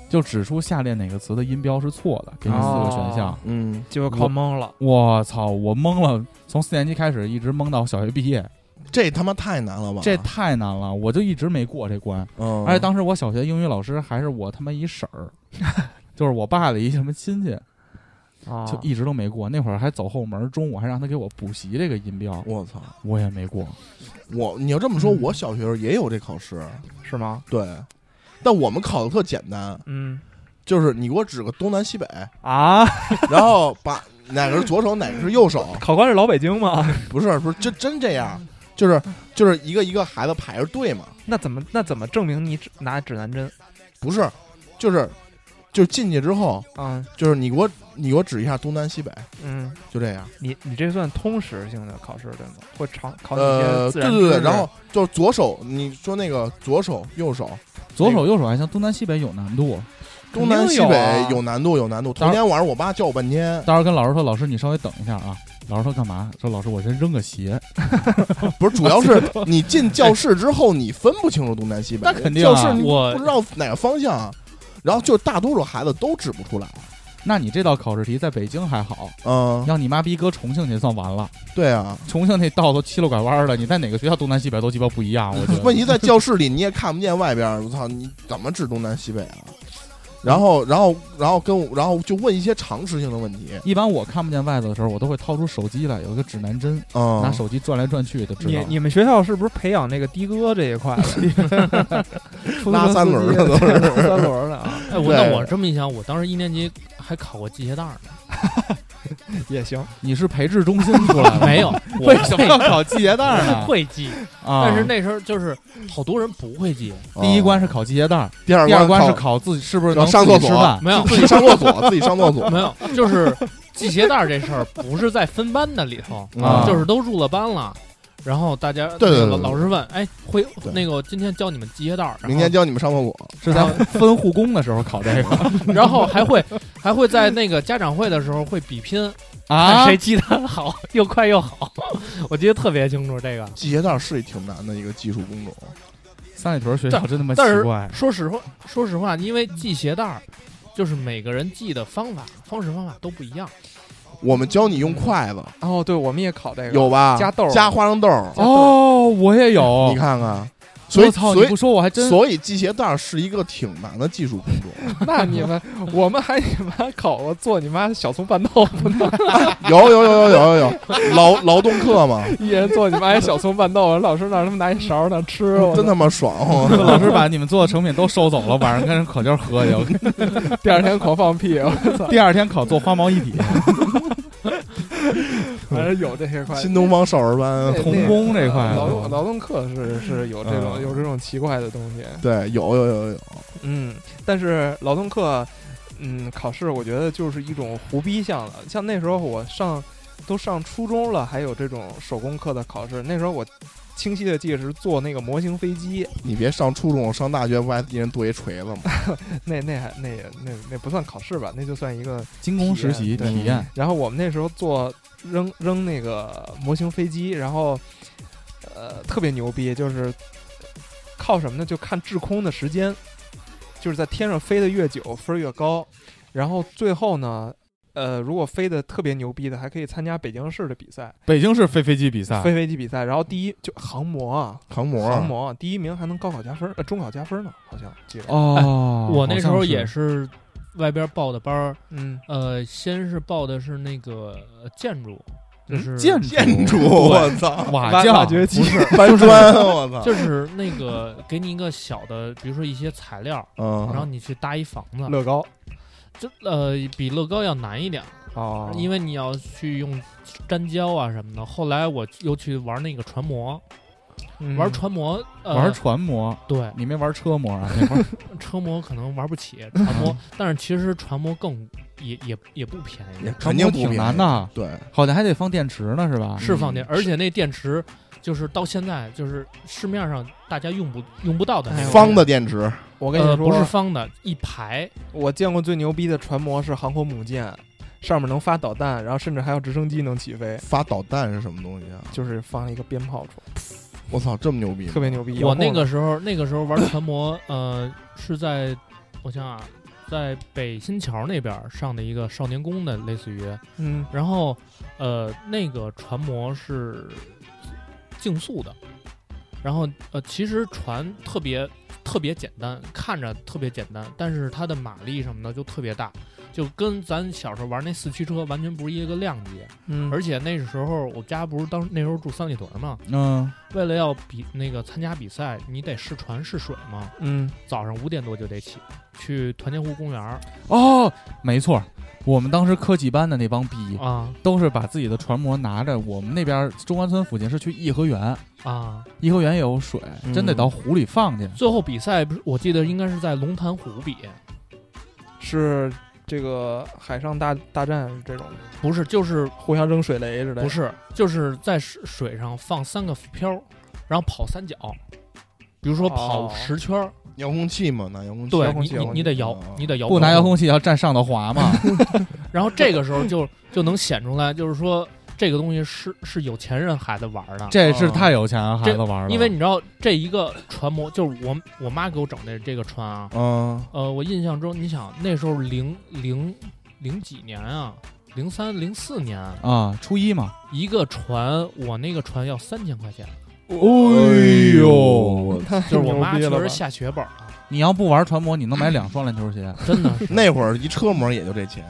就指出下列哪个词的音标是错的，给你四个选项。
哦
嗯，
结果考懵了。
我操！我懵了，从四年级开始一直懵到小学毕业，
这他妈太难了吧？
这太难了，我就一直没过这关。
嗯，
而且当时我小学英语老师还是我他妈一婶儿， *laughs* 就是我爸的一什么亲戚，
啊
就一直都没过。那会儿还走后门，中午还让他给我补习这个音标，
我操，
我也没过。
我你要这么说，我小学时候也有这考试，
是吗？
对，但我们考的特简单，
嗯
就是你给我指个东南西北，
啊， *laughs*
然后把哪个是左手，哪个是右手，
考官是老北京吗？ *laughs*
不是不是，真真这样，就是就是一个一个孩子排着队嘛，
那怎么那怎么证明你指拿指南针？
不是，就是就是进去之后，
啊，
就是你给我你给我指一下东南西北，
嗯，
就这样。
你你这算通识性的考试对吗？会考考哦你一
呃，
些自
对
然知
对对，
识
然后就是左手，你说那个左手右手，
左
哎
手右手还行，东南西北有难度。
东南西
肯定有
北
啊
有难度有难度。
当
头
然
天晚上我妈叫我半天，
到时候跟老师说，老师你稍微等一下啊。老师说干嘛？说老师我先扔个鞋。
不是，主
*laughs*
要是你进教室之后，你分不清楚东南西北，
那肯定啊
教室你
我
不知道哪个方向，啊然后就是大多数孩子都指不出来。
那你这道考试题在北京还好，
嗯，
让你妈逼搁重庆去算完了。
对啊，
重庆那道都七溜拐弯的，你在哪个学校东南西北都鸡巴不一样。我觉
*laughs* 问
得
题在教室里你也看不见外边儿，我操，你怎么指东南西北啊？然后，然后，然后跟我，然后就问一些常识性的问题。
一般我看不见外头的时候，我都会掏出手机来，有一个指南针，
嗯，
拿手机转来转去就知
你
道了。
你们学校是不是培养那个的哥这一块的？ *laughs* 出租车
拉三轮儿的都
司机
是
*laughs* 拉三轮儿的啊，
哎，我
对
那我这么一想，我当时一年级还考过系鞋带儿呢，
也行。
你是培智中心出来的？
没
*laughs*
有，我
啊为什么要考系鞋带儿呢？
*laughs* 会系，
啊，
但是那时候就是好多人不会系，
嗯
第一关是考系鞋带儿，
第二
第二关是
考
考自己是不是能
上
自己
厕所
吃饭。
没有
自己上厕所，自己上厕
*laughs*
所。
没有，就是系鞋带儿这事儿不是在分班的里头，
嗯
啊
就是都入了班了。然后大家
对对对
那个
对
老师问，哎，会
对
那个我今天教你们系鞋带儿，然后
明天教你们上厕所。
是在分护工的时候考
*laughs*
这个
然后还会还会在那个家长会的时候会比拼， *laughs* 看
*laughs*
啊？
谁记得好，又快又好。我记得特别清楚这个。
系鞋带儿是一挺难的一个技术工种。
三里屯学校真他妈
但
奇
是
怪，
说实话，说实话，因为系鞋带儿，就是每个人系的方法、方式、方法都不一样。
我们教你用筷子，
哦，对，我们也考这个，哦
有吧？
加豆儿
加花生豆儿，
哦，我也有
你。看看。所以，
我操！
所
你
以
不，说我还真
所以系鞋带儿是一个挺难的技术工
*laughs*
种。
那你们，我们还你妈考过做你妈小葱拌豆 *laughs* 腐呢，
有有有有有有
*laughs*
有劳劳动课嘛，
一人做你妈一小葱拌豆腐，老师让他们拿一勺儿那吃，我
真
操
他妈爽！
*laughs*
我
*laughs* 老师把你们做的成品都收走了，晚上跟人烤焦喝去。我跟你
第二天狂放屁， *laughs* 我操，
第二天考做花毛一体，
反正有这些块。
新东方少儿班
那，啊
童工这块
劳动劳动课是是有这种
嗯
有这种奇怪的东西，
对，有有有有，
嗯，但是劳动课，嗯，考试我觉得就是一种胡逼项了。像那时候我上都上初中了，还有这种手工课的考试。那时候我清晰的记得是做那个模型飞机，
你别上初中，上大学不还一人剁一锤子吗？
那那还那也那那不算考试吧，那就算一个。
精工实习
体验
体验，
然后我们那时候做扔扔那个模型飞机，然后呃特别牛逼，就是靠什么呢？就看滞空的时间，就是在天上飞得越久分儿越高。然后最后呢，呃，如果飞得特别牛逼的，还可以参加北京市的比赛，
北京市飞飞机比赛
飞飞机比赛。然后第一就航模啊，
航模，
航模第一名还能高考加分儿，呃，中考加分儿呢，好像记得。
哦，
我那时候
好像
也
是
是外边报的班儿，
嗯，
呃，先是报的是那个呃建筑，就
嗯
是、
建筑
建筑，我操，
瓦
挖
匠
挖掘机
啊不是
搬砖，我
*laughs*
操，
就是那个给你一个小的，比如说一些材料，
啊
然后
嗯，
你去搭一房子，
乐高
这呃比乐高要难一点，
哦，
因为你要去用粘胶啊什么的。后来我又去玩那个船模，
嗯
玩船模，呃、
玩船模，
对
你没玩车模啊？那会儿
车模可能玩不
*laughs*
起，船模，
嗯
但是其实船模更也也也不便宜，
嗯肯定不
挺
便
难
宜。
的，
对，
好像还得放电池呢，是吧？
是
嗯
放电，而且那电池就是到现在就是市面上大家用不用不到的那
哎
种
方的电池，
我跟你
呃，
说，
不是方的，一排
我见过最牛逼的船模是航空母舰，上面能发导弹，然后甚至还有直升机能起飞，
发导弹是什么东西啊？
就是放了一个鞭炮出来，
我操，这么牛逼吗！
特别牛逼。
我
遥控
那
的
个时候，那个时候玩船模，呃，是在我想啊，在北新桥那边儿上的一个少年宫的，类似于，
嗯
然后呃，那个船模是竞速的，然后呃，其实船特别特别简单，看着特别简单，但是它的马力什么的就特别大，就跟咱小时候玩那四驱车完全不是一个量级。
嗯，
而且那时候我家不是当那时候住三里屯嘛，
嗯，
为了要比那个参加比赛，你得试船试水嘛。
嗯
早上五点多就得起，去团结湖公园儿
哦，没错。我们当时科技班的那帮逼
啊
都是把自己的船模拿着，我们那边中关村附近是去颐和园，
啊！
颐和园也有水，真得
嗯
到湖里放去。
最后比赛不是，我记得应该是在龙潭湖比，
是这个海上大大战这种
不是，就是
互相扔水雷之类的，
不是，就是在水水上放三个浮漂，然后跑三角，比如说跑
哦
十圈儿，
遥控器嘛，拿遥控器，
对
遥控
你
器遥
你
控
你
器
得摇
啊，
你得摇，
不拿遥，控器要站上头滑嘛？
然后这个时候就就能显出来，就是说这个东西是是有钱人孩子玩儿的。
这是太有钱了孩子玩了，
因为你知道这一个船模，就是我我妈给我整的这个船啊，
嗯，
呃，我印象中，你想那时候零零零几年啊，零三零四年，
啊，初一嘛，
一个船，我那个船要三千块钱，
哎呦，
我
*laughs* 太
*laughs* 就是我
牛
妈
逼
确
了吧
实下血本了，
*laughs*
你要不玩船模，你能买两双篮球鞋，
真的
那会儿一车模也就这钱，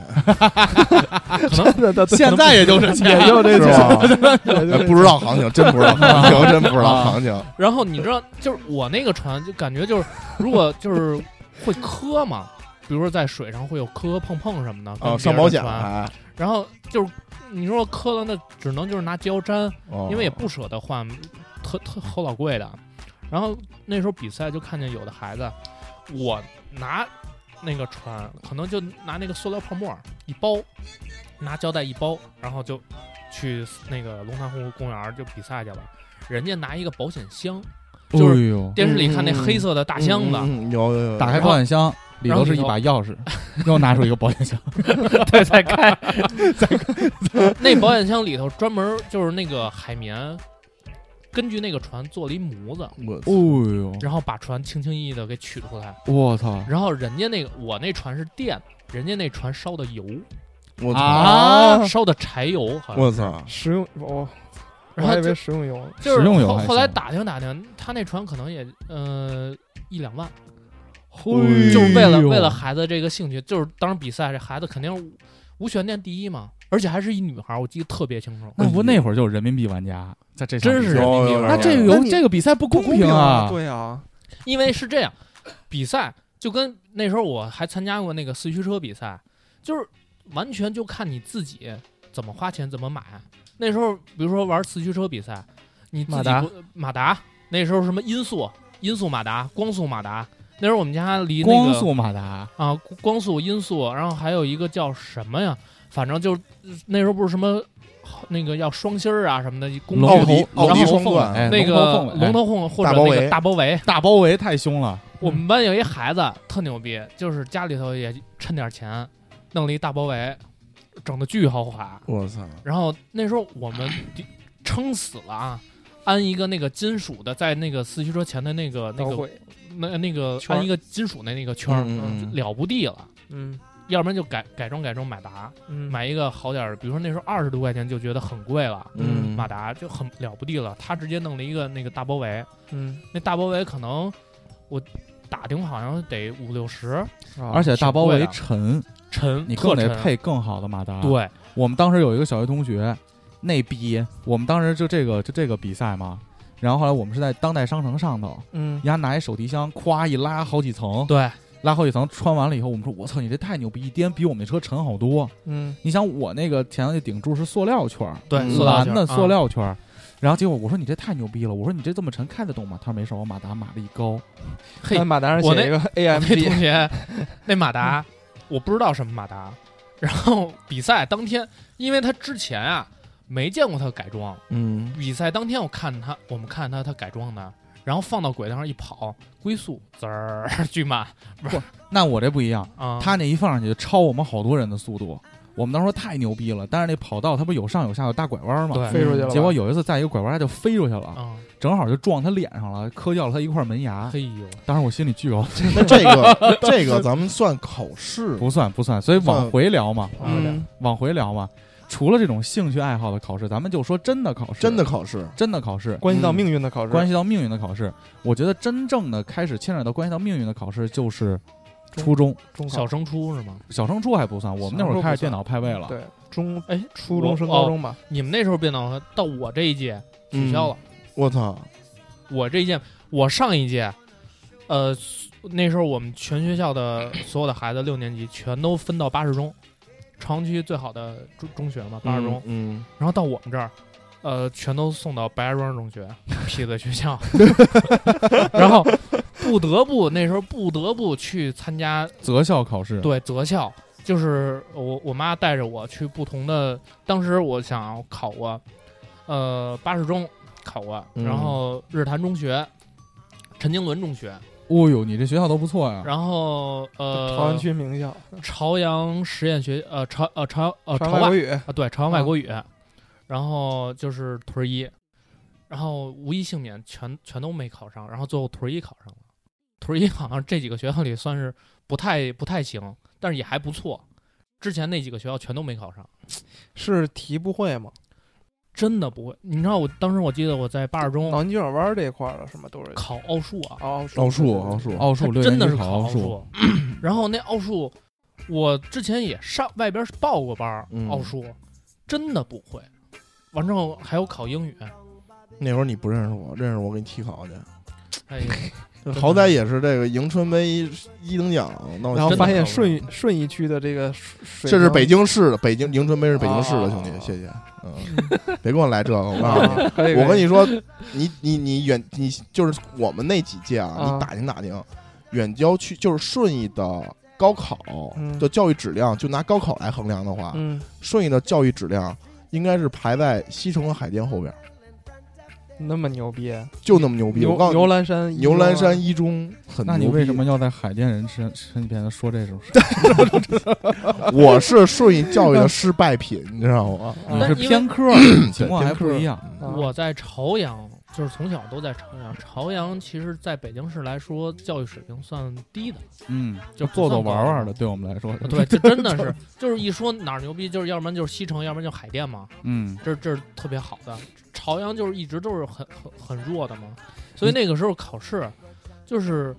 现在也就是钱，
也就这
是吧？ *laughs* 哎
不
不知道行情，真不知道行情，真不知道行情。
*laughs* 然后你知道，就是我那个船，就感觉就是如果就是会磕嘛，比如说在水上会有磕磕碰碰什么的
啊，
跟别
上
人
保
的
险
船
还，
然后就是你说磕了，那只能就是拿胶粘，
哦
因为也不舍得换，特特齁老贵的。然后那时候比赛就看见有的孩子，我拿那个船，可能就拿那个塑料泡沫一包，拿胶带一包，然后就去那个龙潭湖公园就比赛去了。人家拿一个保险箱，就
哎
是
呦，
电视里看那黑色的大箱子，
嗯，嗯嗯有有有，
打开保险箱，里头是一把钥匙， *laughs* 又拿出一个保险箱，
*laughs* 对，再开，
*laughs*
再开。 *laughs* 那保险箱里头专门就是那个海绵，根据那个船做了一模子，
我
哦呦，
然后把船轻轻易易的给取出来。
我操
然后人家那个我那船是电，人家那船烧的油，
我操，
啊！
烧的柴油，好像。
我操，
食用我，我
然后
还以
就
为食用油，
就
实
是
用油
后
还
后来
行
打听打听，他那船可能也呃一两万，
嘿
就是为了
哎呦
为了孩子这个兴趣，就是当时比赛这孩子肯定无无悬念第一嘛，而且还是一女孩，我记得特别清楚。
那不那会儿就是人民币玩家，在这上
真是
面
人民币
有有
那
有
这个
那
游
你
这个比赛不
不
公平啊！
对啊，
因为是这样，比赛就跟那时候我还参加过那个四驱车比赛，就是完全就看你自己怎么花钱怎么买。那时候比如说玩四驱车比赛，你自己
马达
不马达那时候什么音速、音速马达、光速马达，那时候我们家离那
光
个
速马达，
啊光光速、音速，然后还有一个叫什么呀，反正就是那时候不是什么那个要双芯儿啊什么的，公
龙
奥
头
迪奥迪
然后
双冠，
哎，
那个龙头
头
凤或
大
者
包
那
围
个大包围。
大包围太凶了，
嗯
我们班有一孩子特牛逼，就是家里头也趁点钱，弄了一大包围，整的巨豪华。
我操，
然后那时候我
*clears throat*
们的撑死了啊，安一个那个金属的，在那个四驱车前的那个那
刀
个
会，
那那个
圈儿
安一个金属的那个圈儿，
嗯嗯嗯
了不地了。
嗯
要不然就改改装改装马达，
嗯，
买一个好点儿，比如说那时候二十多块钱就觉得很贵了，
嗯
马达就很了不地了。他直接弄了一个那个大包围，
嗯，
那大包围可能我打听好像得五六十，
而且大包
挺
围
贵的
沉，
沉，
你
特
更得
沉。啊
配啊更好的马达。，
对，
我们当时有一个小学同学，那逼，我们当时就这个就这个比赛嘛，然后后来我们是在当代商城上头，
嗯
人家拿一手提箱，咵一拉好几层，
对，
拉好几层，穿完了以后，我们说我操，你这太牛逼，一颠比我们那车沉好多。
嗯，
你想我那个前头那顶柱是塑料圈儿，
对
嗯
塑料
蓝
圈儿
的
啊
塑料圈儿。然后结果我说你这太牛逼了，我说你这这么沉开得动吗？他说没事，我马达马力高，
嘿
在，马达上
*laughs* 我
写一个
我嗯那
AMG，
同学 *laughs* 那马达，我不知道什么马达。然后比赛当天，因为他之前啊没见过他改装，
嗯，
比赛当天我看他，我们看他他改装的，然后放到轨道上一跑，龟速滋儿 *laughs* 巨慢
那我这不一样，
啊！
他那一放上去就超我们好多人的速度，我们当时说太牛逼了。但是那跑道它不有上有下有大拐弯吗？
对
飞出去了吧，
结果有一次在一个拐弯它就飞出去了，
啊，
正好就撞他脸上了，磕掉了他一块门牙。
嘿呦，
当时我心里巨高兴，
嗯那这个这个咱们算考试，
不算不算，所以往回聊嘛，
啊
嗯，
往回聊嘛。除了这种兴趣爱好的考试，咱们就说真的考试，
真的考试，
真的考试，
嗯
关系到命运的考试，
关系到命运的考试。我觉得真正的开始牵扯到关系到命运的考试就是初中，
中考
小升初是吗？
小升初还不算，我们那会儿开始电脑派位了。
对中
哎，
初中
我
升高
哦
中吧，
你们那时候变动到我这一届取消了。
我操，
我这一届，我上一届，呃，那时候我们全学校的所有的孩子六年级全都分到八十中，朝阳区最好的中中学嘛，八十中。
嗯，
然后到我们这儿， *laughs* 呃，全都送到白家庄中学，痞子学校。然后不得不那时候不得不去参加
择校考试，
对择校，就是我我妈带着我去不同的，当时我想考过，呃八十中考过，
嗯
然后日坛中学、陈经纶中学，
哦呦，你这学校都不错呀，
然后呃
啊朝阳区名校，
朝阳实验学呃朝呃朝呃
朝
朝
外
外
国语，
啊，对，朝
嗯
阳外国语，然后就是屯儿一，然后无一幸免，全全都没考上，然后最后屯儿一考上了。屯儿一好像这几个学校里算是不太不太行，但是也还不错。之前那几个学校全都没考上，
是题不会吗？
真的不会。你知道我当时我记得我在八二中
脑筋急转弯这一块儿了，什么都是
嗯
哦
考奥数啊，
奥
奥数奥数，
奥数
他
六
真
年
的是
级考奥
奥
数，，
*clears throat* 然后那奥数，我之前也上外边报过班儿，
嗯
奥数真的不会。完之后还有考英语，
那会儿你不认识我，认识我给你替考去，
哎呀，
好歹也是这个迎春杯一等奖，那
然后
真
发
的
现
考不
顺义顺义区的这个水，
这是北京市的，北京迎春杯是北京市的，
哦
兄弟，谢谢。嗯，别跟我来这个，我告诉你，
啊，可以，
我跟
你
你说，你你你远你就是我们那几届啊，
啊
你打听打听，远郊区就是顺义的高考
嗯
的教育质量，就拿高考来衡量的 *laughs* 话，
嗯，
顺义的教育质量应该是排在西城和海淀后边，
那么牛逼，
就那么牛逼。
牛
我告诉
牛
你，
栏山，
牛栏山
一啊
一中很牛
那
逼。
你为什么要在海淀人身身边说这种事？
我是顺义教育的失败品，你知道吗？
中
你
啊
是
但因为
偏科儿，情况还不一样。
啊
我在朝阳，就是从小都在朝阳。朝阳其实在北京市来说，教育水平算低的。
嗯，
就不
做
算
做
高
玩玩的，对我们来说，
对，这真的是，就是一说哪儿牛逼，就是要不然就是西城，要不然就海淀嘛，
嗯，
这这是特别好的。朝阳就是一直都是很很很弱的嘛，所以那个时候考试，就是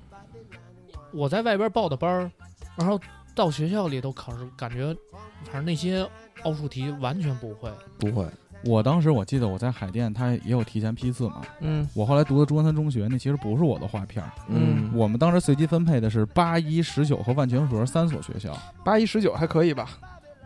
我在外边报的班儿，然后到学校里头考试，感觉反正那些奥数题完全不会。
不会，
我当时我记得我在海淀，他也有提前批次嘛。
嗯
我后来读的中关村中学，那其实不是我的画片儿。
嗯
我们当时随机分配的是八一、十九和万泉河三所学校。
八一十九还可以吧，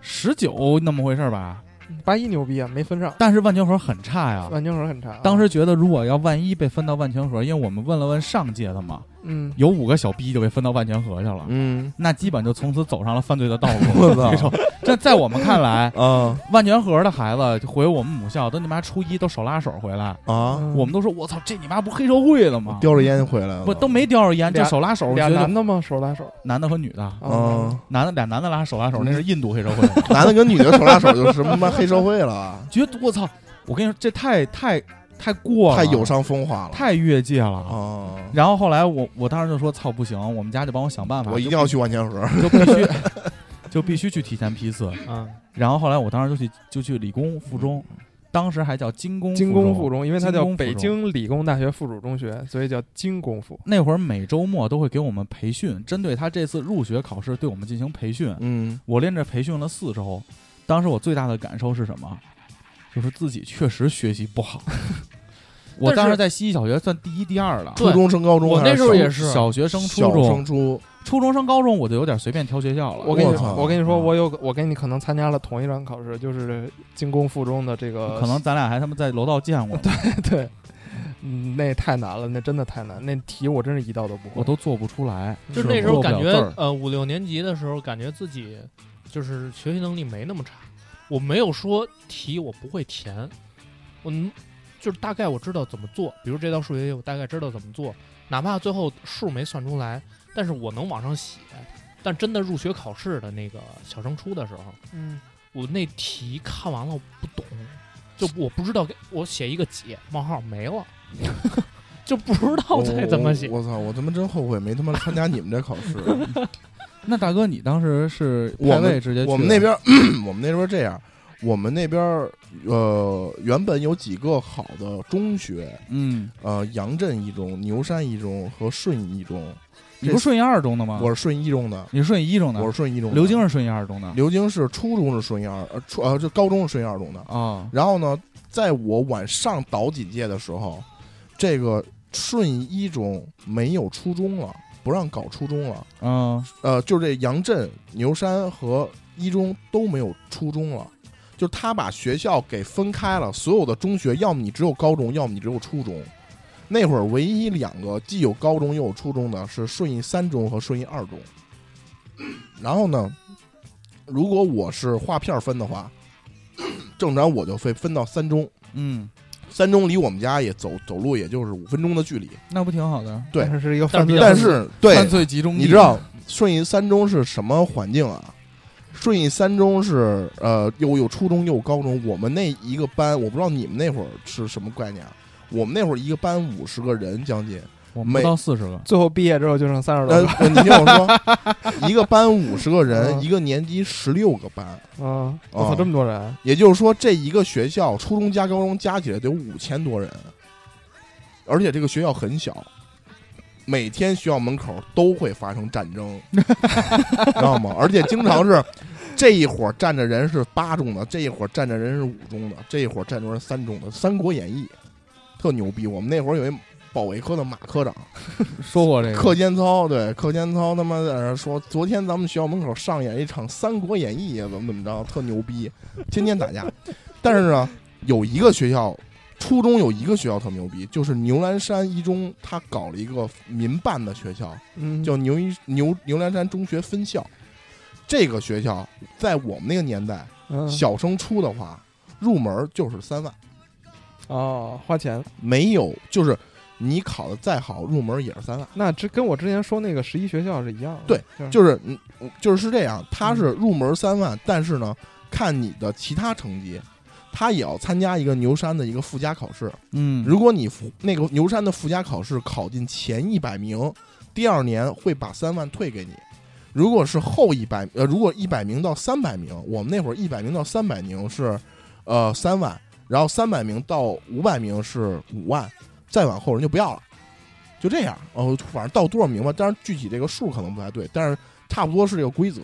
十九那么回事儿吧，
八一牛逼啊，没分上，
但是万泉河很差呀。
万宁河很差啊，
当时觉得，如果要万一被分到万泉河，因为我们问了问上届的嘛，
嗯，
有五个小逼就被分到万泉河去了，
嗯
那基本就从此走上了犯罪
*laughs*
的道路。我操！这在我们看来，
啊
万泉河的孩子回我们母校，都你妈初一都手拉手回来，
啊，
嗯
我们都说我操，这你妈不黑社会了吗？
叼着烟回来了，
不都没叼着烟，就
俩
手拉手，
俩
觉得
男的吗？手拉手
男的和女的，
啊，
啊。
男的俩男的拉手拉
嗯
手，那是印度黑社会，
男的跟女的手拉手就是什么妈黑社会了，啊
觉得我操，我跟你说这太太太过了，
太有伤风化了。
太越界了。
啊，
然后后来我我当时就说操不行，我们家就帮我想办法，
我一定要去万泉河。
就必
*laughs*
须就必须去提前批次。
嗯，
然后后来我当时就去就去理工附中，
嗯
当时还叫精工
精工附
中。
中，因为它叫
精工附
北
中
京理工大学附属中学，所以叫精工附。
那会儿每周末都会给我们培训，针对他这次入学考试对我们进行培训。
嗯，
我连着培训了四周，当时我最大的感受是什么？就是自己确实学习
*laughs*
不好。我当时在西西小学算第一、第二了，
对
初中升高中，
我那时候也是
小学生、初
小升
中、
初，
初中升高中，我就有点随便挑学校了。
我跟你
我操
说，我跟你说，
嗯
我有个，我跟你可能参加了同一场考试，就是精工附中的这个，
可能咱俩还他妈在楼道见过呢，
*laughs* 对，嗯，那太难了，那真的太难，那题我真是一道都不会。
我都做不出来。
就是那时候
做不
感
了
觉
字儿，
呃，五六年级的时候，感觉自己就是学习能力没那么差。我没有说题我不会填，我能就是大概我知道怎么做，比如这道数学题我大概知道怎么做，哪怕最后数没算出来，但是我能往上写。但真的入学考试的那个小升初的时候，
嗯，
我那题看完了我不懂，就我不知道该我写一个解冒号没了， *laughs* 就不知道再怎么写。
哦我我操！我他妈真后悔没他妈参加你们这考试。
那大哥，你当时是
我
排
们
位直接去
我们
的
那边， *clears throat* 我们那边这样，我们那边呃，原本有几个好的中学，
嗯，
呃，杨镇一中、牛山一中和顺义一中。
你不是
这
顺义二中的吗？
我是顺义一中的，
你是啊顺义一中的，
我是顺义一中的。
刘晶是顺义二中的
刘京是初中是顺义二，呃初呃就高中是顺义二中的。
啊。
然后呢，在我往上倒几届的时候，这个顺义一中没有初中了，不让搞初中了。
嗯，
呃，就是这杨震、牛山和一中都没有初中了，就是他把学校给分开了，所有的中学，要么你只有高中，要么你只有初中。那会儿唯一两个既有高中又有初中的是顺义三中和顺义二中。然后呢，如果我是划片儿分的话，正常我就会分到三中。
嗯，
三中离我们家也走走路也就是五分钟的距离，
那不挺好的？
对
但是是一个犯罪，
但是对
犯罪集中地，
你知道顺义三中是什么环境啊？顺义三中是呃，又有初中又有高中，我们那一个班，我不知道你们那会儿是什么概念啊？我们那会儿一个班五十个人将近，
我们不
每
到四十个，
最后毕业之后就剩三十多
呃
个，，
呃你听我说，一个班五十个人，
嗯
一个年级十六个班，
嗯，我操，这么多人，
也就是说，这一个学校初中加高中加起来得有五千多人，而且这个学校很小，每天学校门口都会发生战争， *laughs* 知道吗？而且经常是这一伙儿站着人是八中的，这一伙儿站着人是五中的，这一伙儿站着人是三中的，《三国演义》特牛逼。我们那会儿有一保卫科的马科长，
说过这个
课间操，对课间操，他妈在那儿说，昨天咱们学校门口上演一场《三国演义》，怎么怎么着，特牛逼，天天打架。但是呢，有一个学校，初中有一个学校特牛逼，就是牛栏山一中，他搞了一个民办的学校，
嗯，
叫牛一牛牛栏山中学分校。这个学校在我们那个年代，
嗯
小升初的话，入门就是三万，
哦，花钱，
没有就是你考的再好，入门也是三万。
那这跟我之前说那个十一学校是一样的，
对，
就
就是嗯，就是是这样，他是入门三万，但是呢，看你的其他成绩，他也要参加一个牛山的一个附加考试。
嗯，
如果你附那个牛山的附加考试考进前一百名，第二年会把三万退给你。如果是后一百，呃，如果一百名到三百名，我们那会儿一百名到三百名是，呃，三万，然后三百名到五百名是五万，再往后人就不要了，就这样。哦，反正到多少名吧，当然具体这个数可能不太对，但是差不多是这个规则。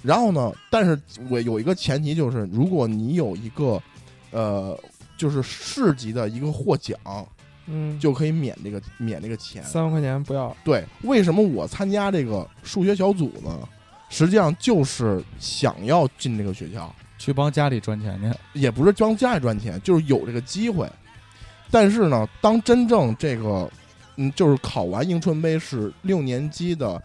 然后呢，但是我有一个前提就是，如果你有一个，呃，就是市级的一个获奖，
嗯，
就可以免这个免这个钱。
三万块钱不要，
对，为什么我参加这个数学小组呢？实际上就是想要进这个学校，
去帮家里赚钱去，
也不是帮家里赚钱，就是有这个机会。但是呢，当真正这个，嗯，就是考完迎春杯是六年级的，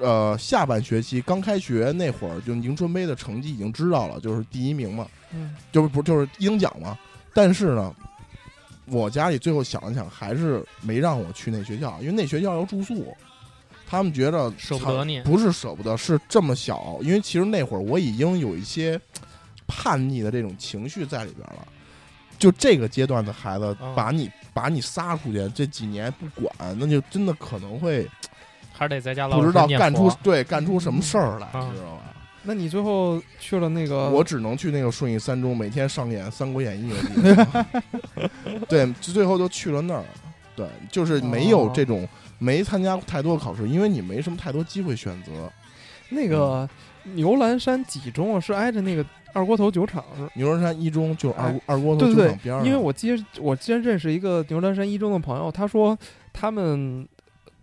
呃，下半学期刚开学那会儿，就迎春杯的成绩已经知道了，就是第一名嘛，
嗯，
就是不就是英奖嘛。但是呢，我家里最后想了想，还是没让我去那学校，因为那学校要住宿，他们觉着
舍不得你
不是舍不得，是这么小，因为其实那会儿我已经有一些叛逆的这种情绪在里边了。就这个阶段的孩子
嗯，
把你、把你撒出去，这几年不管，那就真的可能会
还是得在家老
不知
实
道
念
干
*laughs*
出
佛
对干出什么事儿来，
嗯
你知道吧？
那你最后去了那个，
我只能去那个顺义三中，每天上演《三国演义》的地方。
*laughs*
对，就最后就去了那儿。对，就是没
哦
有这种、没参加太多的考试，因为你没什么太多机会选择。
那个牛栏山几中啊，是挨着那个二锅头酒厂是吧？
牛栏山一中就是二、
哎
二锅头
对
酒
对
厂边儿上，
因为我接我之前认识一个牛栏山一中的朋友，他说他们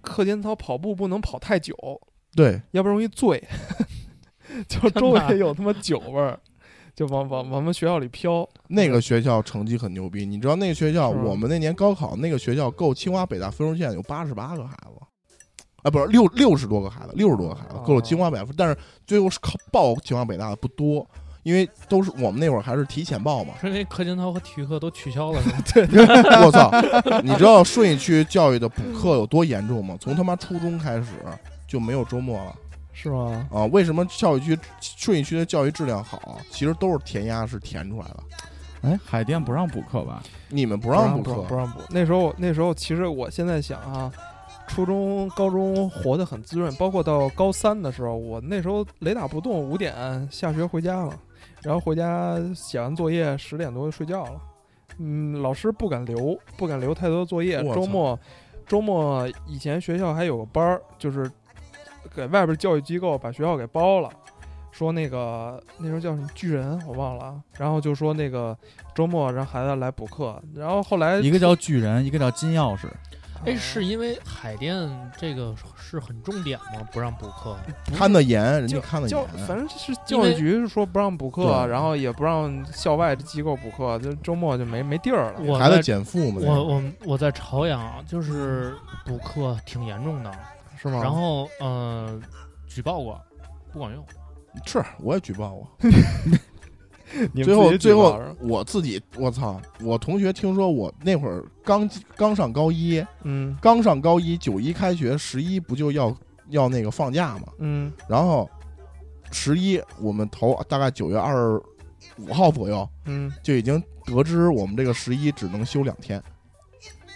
课间操跑步不能跑太久，
对
要不然容易醉， *laughs* 就是
真
周
的
围有他妈酒味儿，就往往往我们学校里飘。
那个学校成绩很牛逼。你知道那个学校，
是吗
我们那年高考那个学校够清华北大分数线有八十八个孩子。啊，不是六六十多个孩子，六十多个孩子
哦
够了清华北大，但是最后是靠报清华北大的不多，因为都是我们那会儿还是提前报嘛，
是因为课间操和体育课都取消了，是吧
*laughs* 我操！你知道顺义区教育的补课有多严重吗？从他妈初中开始就没有周末了
是吗？
啊！为什么教育区顺义区的教育质量好？其实都是填鸭式填出来的。
哎，海淀不让补课吧？
你们不
不
让
不
补
不
课，
让补。那时候我那时候其实我现在想啊，初中、高中活得很滋润，包括到高三的时候，我那时候雷打不动，五点下学回家了，然后回家写完作业十点多就睡觉了。嗯，老师不敢留，不敢留太多作业。
我操
周末，周末以前学校还有个班儿，就是给外边教育机构把学校给包了，说那个那时候叫什么巨人我忘了，啊，然后就说那个周末让孩子来补课，然后后来
哎一个叫巨人，一个叫金钥匙，
哎，是因为海淀这个是很重点吗？不让补课？
看得严，人家
就
看得
教
严，
反正是教育局是说不让补课，
对
然后也不让校外机构补课，就周末就没没地儿了。
我
孩
在
子减负嘛。
我我我在朝阳，就是补课挺严重的，
是吗？
然后嗯、呃举报过，不管用。
是，我也举报过。
你们
最
自
后
己
最
举报
后
是吧，
我自己，我操！我同学听说我那会儿刚刚上高一，
嗯
刚上高一，九一开学，十一不就要要那个放假嘛？
嗯
然后十一我们头大概九月二十五号左右
嗯，
就已经得知我们这个十一只能休两天，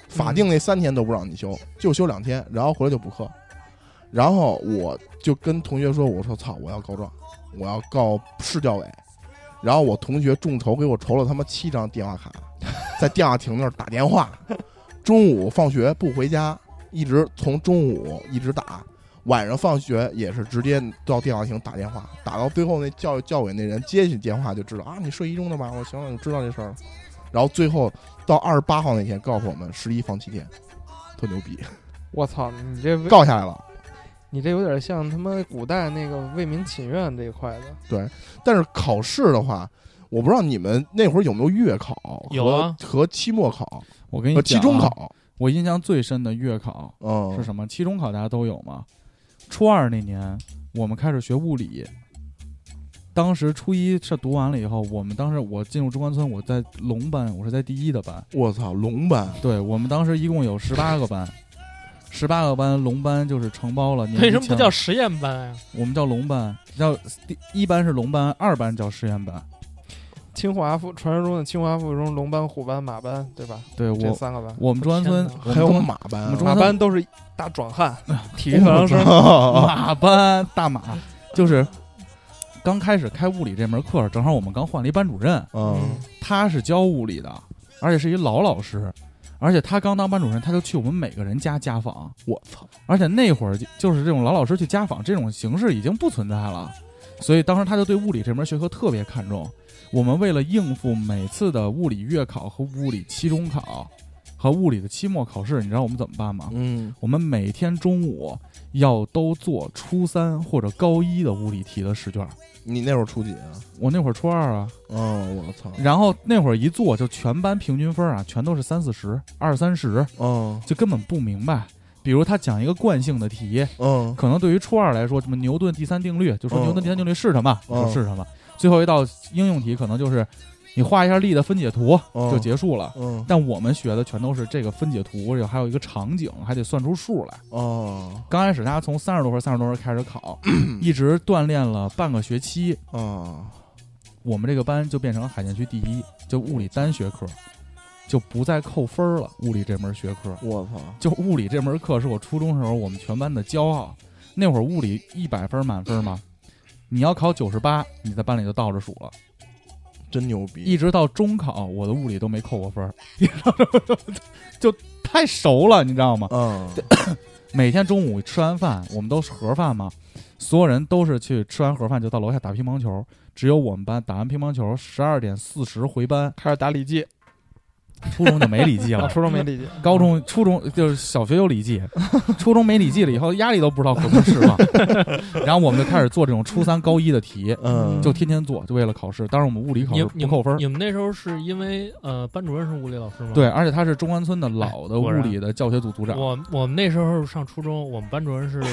法定那三天都不让你休，就休两天，然后回来就补课。然后我就跟同学说：“我说操，我要告状，我要告市教委。”然后我同学众筹给我筹了他妈七张电话卡，在电话亭那儿打电话，中午放学不回家，一直从中午一直打，晚上放学也是直接到电话亭打电话，打到最后那教教委那人接起电话就知道啊，你睡一中的吧？我行了，我知道这事儿了。然后最后到二十八号那天告诉我们十一放七天，特牛逼，
我操，你这
告下来了。
你这有点像他妈古代那个为民请愿这一块的。
但是考试的话，我不知道你们那会儿有没有月考和
有啊
和期末考
我跟你
和
讲、
期
啊
中，考，
我印象最深的月考
哦
嗯，
是什么？期中考大家都有嘛。初二那年，我们开始学物理。当时初一是读完了以后，我们当时我进入中关村，我在龙班，我是在第一的班。
我操，龙班
对我们当时一共有十八个班，十八个班，龙班就是承包了。年级
为什么不
前
叫实验班呀、
我们叫龙班？叫第一班是龙班，二班叫实验班。
清华附传说中的清华附中龙班、虎班、马班，对吧？
对
这
我，
三个班，
我们中关村
天哪
我们
还有
中
马班
我
啊，
们中
马
关
班
村
都是大壮汉， *laughs* 体育特长生。
*laughs* 马班大马，就是刚开始开物理这门课，正好我们刚换了一班主任，
嗯，
他是教物理的，而且是一老老师，而且他刚当班主任，他就去我们每个人家家访，
我操，
而且那会儿就就是这种老老师去家访这种形式已经不存在了，所以当时他就对物理这门学科特别看重。我们为了应付每次的物理月考和物理期中考和物理的期末考试，你知道我们怎么办吗？
嗯，
我们每天中午要都做初三或者高一的物理题的试卷儿。
你那会儿初几啊？
我那会儿初二啊，
嗯，我操，
然后那会儿一做就全班平均分啊，全都是三四十、二三十，
嗯
就根本不明白。比如他讲一个惯性的题，
嗯，
可能对于初二来说，什么牛顿第三定律，就说
嗯
牛顿第三定律是什么，
嗯
就是什么。最后一道应用题可能就是你画一下力的分解图
嗯
就结束了。
嗯
但我们学的全都是这个分解图，然后还有一个场景，还得算出数来。
哦
刚开始大家从三十多分、三十多分开始考，一直锻炼了半个学期，
哦，
我们这个班就变成海淀区第一，就物理单学科，就不再扣分儿了。物理这门学科，
我操，
就物理这门课是我初中时候我们全班的骄傲。那会儿物理一百分满分嘛，你要考九十八，你在班里就倒着数了，
真牛逼！
一直到中考，我的物理都没扣过分儿， *laughs* 就太熟了，你知道吗？
*coughs*
嗯，
每天中午吃完饭，我们都是盒饭嘛，所有人都是去吃完盒饭就到楼下打乒乓球，只有我们班打完乒乓球十二点四十回班，
开始打礼记，
初中就没礼记
啊
了，
*laughs* 初中没礼记，
高中、初中就是小学有
*laughs*
礼记，初中没礼记了以后压力都不知道可不是嘛，然后我们就开始做这种初三高一的题，
嗯，
就天天做，就为了考试。当然我们物理考
你
试
你
不
们
扣分儿，
你们那时候是因为呃班主任是物理老师吗？
对，而且他是中关村的老的
哎
物
果然
理的教学组组长，
我我们那时候上初中，我们班主任是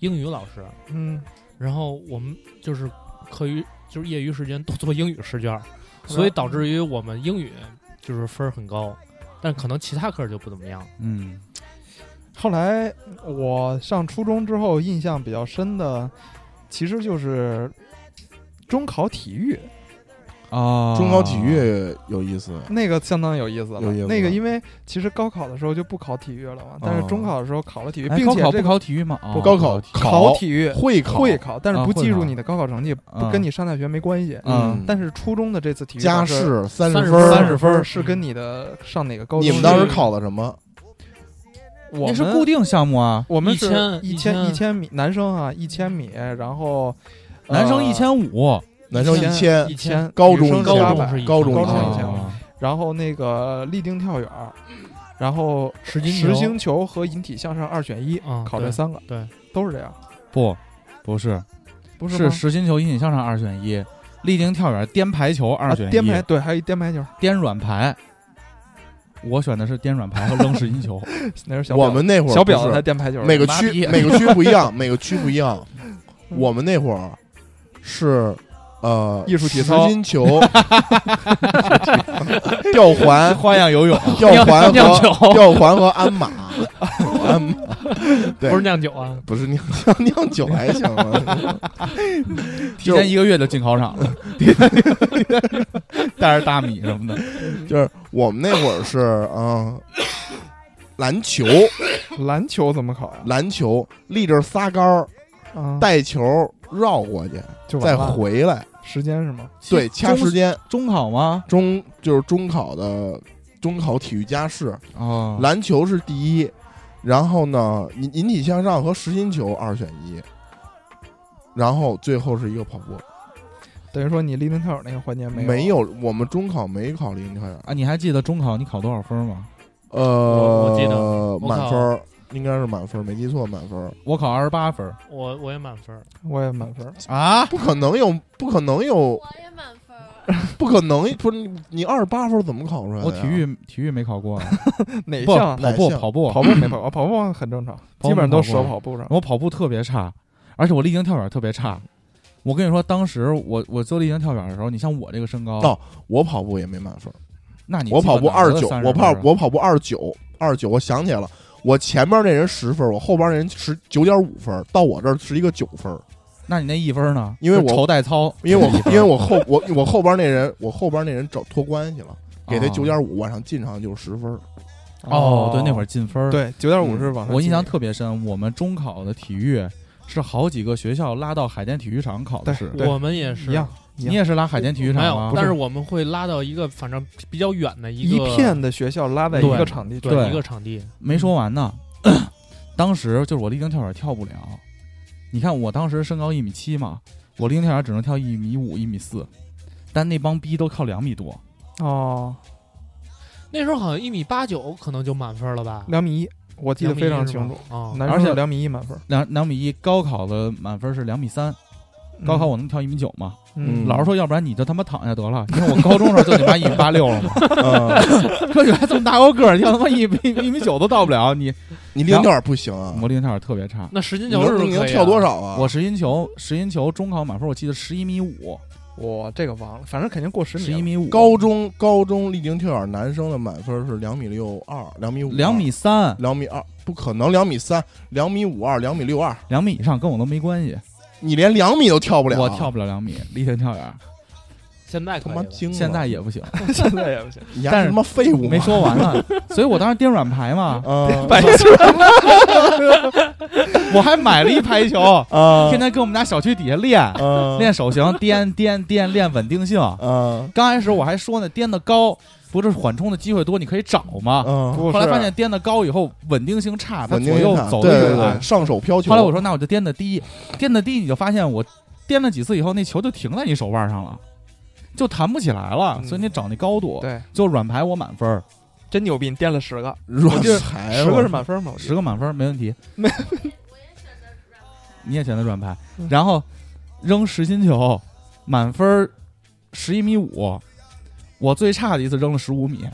英语老师，
嗯，
然后我们就是课余就是业余时间都做英语试卷儿，所以导致于我们英语就是分儿很高，但可能其他科儿就不怎么样。
嗯，
后来我上初中之后，印象比较深的，其实就是中考体育
啊，
中考体育有意思，
那个相当有意思了。
有意思
那个
了
因为其实高考的时候就不考体育了嘛，但是中考的时候考了体育，
哎
并
高
且
考
这
不
个
考体育吗？啊
高考
体育
考体育
会考
会考，但是
啊
不
会
计入
考
你的高考成绩，不
啊
跟你上大学没关系。
嗯
但是初中的这次体育
加
考试
试三
30
分
分
三
儿，
十
30
分儿
嗯
是跟你的上哪个高中？
你们当时考的什么？
我
那
们
是固定项目啊，
我们是
1000
一千
1000
一千米，男生啊一千米，然后呃
男生一千五，
男生一
一
千
一，
千，
高
女
中
生
高
八
中嗯
百
是，一
高中
哦
高
一
中
千
一
五
千，然后那个立定跳远儿，然后
十斤
实心球和引体向上二选一，
啊，
考
对
这三个，
对，
都是这样，
不，不是，
不
是
吗
实心球、引体向上二选一，立定跳远、颠排球二
啊
选一，
颠排对，还有一颠排球，
颠软排。我选的是颠软排和扔实心球，
*laughs* 那是小
我
表
们那会儿
小
不
婊子
是
才啊颠排球呢，
每个
麻
区
痹
每个区不一样，每个区不
*laughs*
一样。我们那会儿是呃
艺术体操
实心球、 *laughs* 吊环、
花样游泳，
*laughs* 吊环
酿
和
酒
吊环和
*laughs*
鞍马，鞍马对
不是酿酒啊，
不是酿 *laughs* 酿酿酒还行啊吧？
提
就
前一个月就进考场
*laughs*
了， *laughs* 带着大米什么的。
*laughs* 就是我们那会儿是嗯、篮球
篮球怎么考呀？
篮球立着仨杆儿
啊，
带球绕过去
就完
再
了
回来，
时间是吗？
对，掐时间
中考吗？
中就是中考的中考体育加试。
嗯
哦，
篮球是第一，然后呢，引引体向上和实心球二选一，然后最后是一个跑步。
等于说你立定跳远那个环节没有
没有，我们中考没考立定跳远，
啊，你还记得中考你考多少分吗？
呃，
我记得
满分儿应该是满分儿，没记错满分儿。
我考二十八分
我我也满分儿，
我也满分，
啊！
不可能有，不可能有，
我也满分儿，
不可能！不是你，你二十八分儿怎么考出来的呀？
我体育体育没考过，啊
哪
不
项？啊
跑步
哪项
跑步
跑步没跑过，跑步很正常，
步
基本上都折
跑步
跑步上。
我跑步特别差，而且我立定跳远特别差。我跟你说，当时我我做立定跳远的时候，你像我这个身高，
哦我跑步也没满分儿，
那你
我跑步
基本
二十
哪得
九，
30
我跑
分啊
我跑步二十九，二十九，我想起来了，我前面那人十分儿，我后边那人十九点五分儿，到我这儿是一个九分儿。
那你那一分呢？
因为我
就仇带操，
因为我因为我后我我后边那人我后边那人找托关系了，给他
哦
九点五，往上进上就是十分儿。
哦，对，那会儿进分儿。，
对九点五
嗯
是往上
我印象
进
特别深，我们中考的体育是好几个学校拉到海淀体育场考的
对
试，
对
我们也是
一样，一啊
你也是拉海淀体育场
没
吗
有，？但是我们会拉到一个反正比较远的一
一
个
片的学校拉在一个
对
场地
对
对
一个场地，
没说完呢。当时就是我立定跳远跳不了，你看我当时身高一米七嘛，我立定跳远只能跳一米五、一米四，但那帮逼都跳两米多，
哦，
那时候好像一米八九可能就满分了吧，
两米一，我记得非常清楚。
楚啊。
男
而
生
且
是两米一满分，
两两米一。高考的满分是两米三，高考我能跳一米九嘛？
嗯
嗯
老师说，要不然你就他妈躺下得了，因为我高中时候就你妈一米八六
*laughs*
了嘛，
嗯，
说你还这么大高个儿，跳他妈一米一米九都到不了，你
你立定跳远不行
*laughs*
啊
我，立定跳远特别差。
那十斤
你
球是
能你能跳多？少啊？
我实心球，实心球中考满分我记得十一米五，
我这个忘了，反正肯定过十米了。
十一米五，
高中高中立定跳远男生的满分是两米六二，两米五，
两米三，
两米二，不可能两米三，两米五二，两米六二，
两米以上跟我都没关系，
你连两米都跳不了啊，
我跳不了两米，立定跳远，
现在可
他
以
妈
了
惊了，
现在也不行。
哎
现 *laughs* 在也不行，
你还
但
是
是
他妈废物吗
没说
*laughs*
完呢，所以我当时颠软排嘛， *laughs*
嗯
白痴，
我还买了一排球，
啊
天天跟我们家小区底下练
啊
*laughs* 练手型，颠颠颠练稳定性。
啊
刚开始我还说呢，颠的高不是缓冲的机会多，你可以找嘛。
啊，
不
后来
是
发现颠的高以后稳定性差，它
稳定
左右
性差
走
对
的
对
远。
对，上手飘球。
啊后来我说，那我就颠的低，颠的低你就发现我颠了几次以后，那球就停在你手腕上了，就弹不起来了，
嗯
所以你找那高度。
对，
就软排我满分儿，
真牛逼，你颠了十个，
软
我记得
排
十
我
个是满分哎吗？我记
十
得
个满分儿没问题。
*laughs* 没
你也选择软排
嗯，
然后扔实心球，满分十一米五，我最差的一次扔了十五米。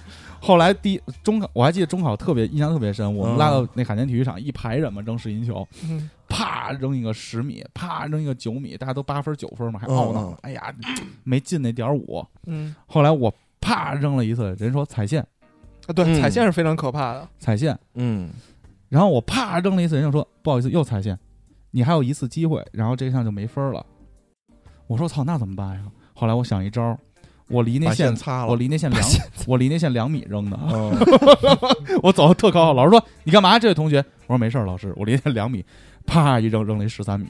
*laughs* 后来第中考，我还记得中考特别印象特别深，我们
嗯
拉到那海淀体育场一排人嘛扔实心球，
嗯
啪扔一个十米，啪扔一个九米，大家都八分九分嘛，还懊恼
嗯嗯，
哎呀没进那点儿五。
嗯，
后来我啪扔了一次，人说踩线
啊对，
嗯
踩线是非常可怕的，
踩线，
嗯
然后我啪扔了一次，人家说不好意思又踩线，你还有一次机会，然后这项就没分儿了。我说操，那怎么办呀？后来我想一招儿，我离那
把线
线
擦了
我离那线两我离那线两米扔的， *laughs*
嗯。
我走的特高。老师说你干嘛？这位同学，我说没事儿，老师，我离那线两米，啪一扔扔了一十三米，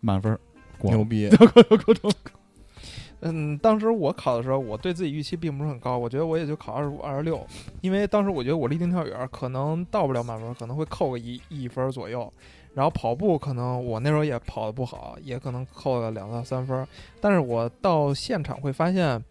满分儿。过
牛逼！
嗯，当时我考的时候，我对自己预期并不是很高，我觉得我也就考二十五、二十六，因为当时我觉得我立定跳远可能到不了满分，可能会扣个一一分左右，然后跑步可能我那时候也跑得不好，也可能扣了两到三分，但是我到现场会发现，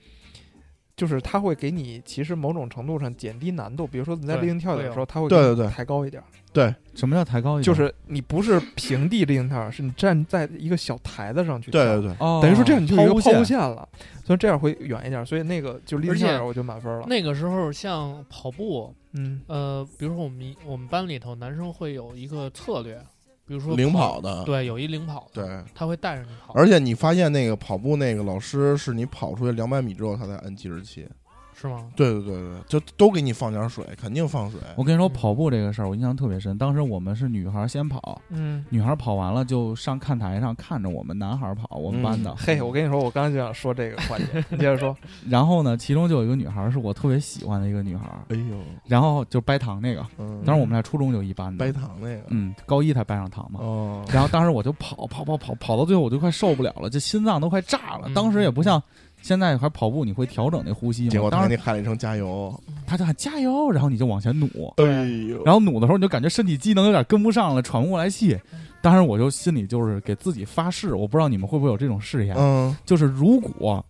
就是它会给你其实某种程度上减低难度，比如说你在
对
立定跳远的时候，它会
对
给你
对对
抬高一点儿，
什么叫抬高一点？
就是你不是平地立定跳远，是你站在一个小台子上去跳，
对对对，
哦，
等于说这样你就有一个
抛物
抛
线
物线了，所以这样会远一点，所以那个就立定
而且
跳远我就满分了。
那个时候像跑步，
嗯，
呃，比如说我们一我们班里头男生会有一个策略，比如说
领，跑的，
对，有一领跑，
对，
他会带着你跑，
而且你发现那个跑步那个老师是你跑出去两百米之后他才摁计时器，
是吗？
对对对对，就都给你放点水，肯定放水。
我跟你说，
嗯
跑步这个事儿，我印象特别深。当时我们是女孩先跑，
嗯，
女孩跑完了就上看台上看着我们男孩跑，我们
嗯
班的。
嘿，我跟你说，我刚才就想说这个环节，你接着说。
然后呢，其中就有一个女孩是我特别喜欢的一个女孩，
哎呦，
然后就掰糖那个。
嗯，
当时我们在初中就一班的，
白糖那个，
嗯，高一才掰上
嗯
糖嘛。
哦，
然后当时我就跑跑跑跑跑到最后我就快受不了了，这心脏都快炸了。
嗯
当时也不像现在还跑步，你会调整那呼吸
结
嘛。
果他
当
给
时
你喊了一声加油，
他就喊加油，然后你就往前努，
哎呦，
然后努的时候你就感觉身体机能有点跟不上了，喘不过来气。当时我就心里就是给自己发誓，我不知道你们会不会有这种誓言，
嗯，
就是如果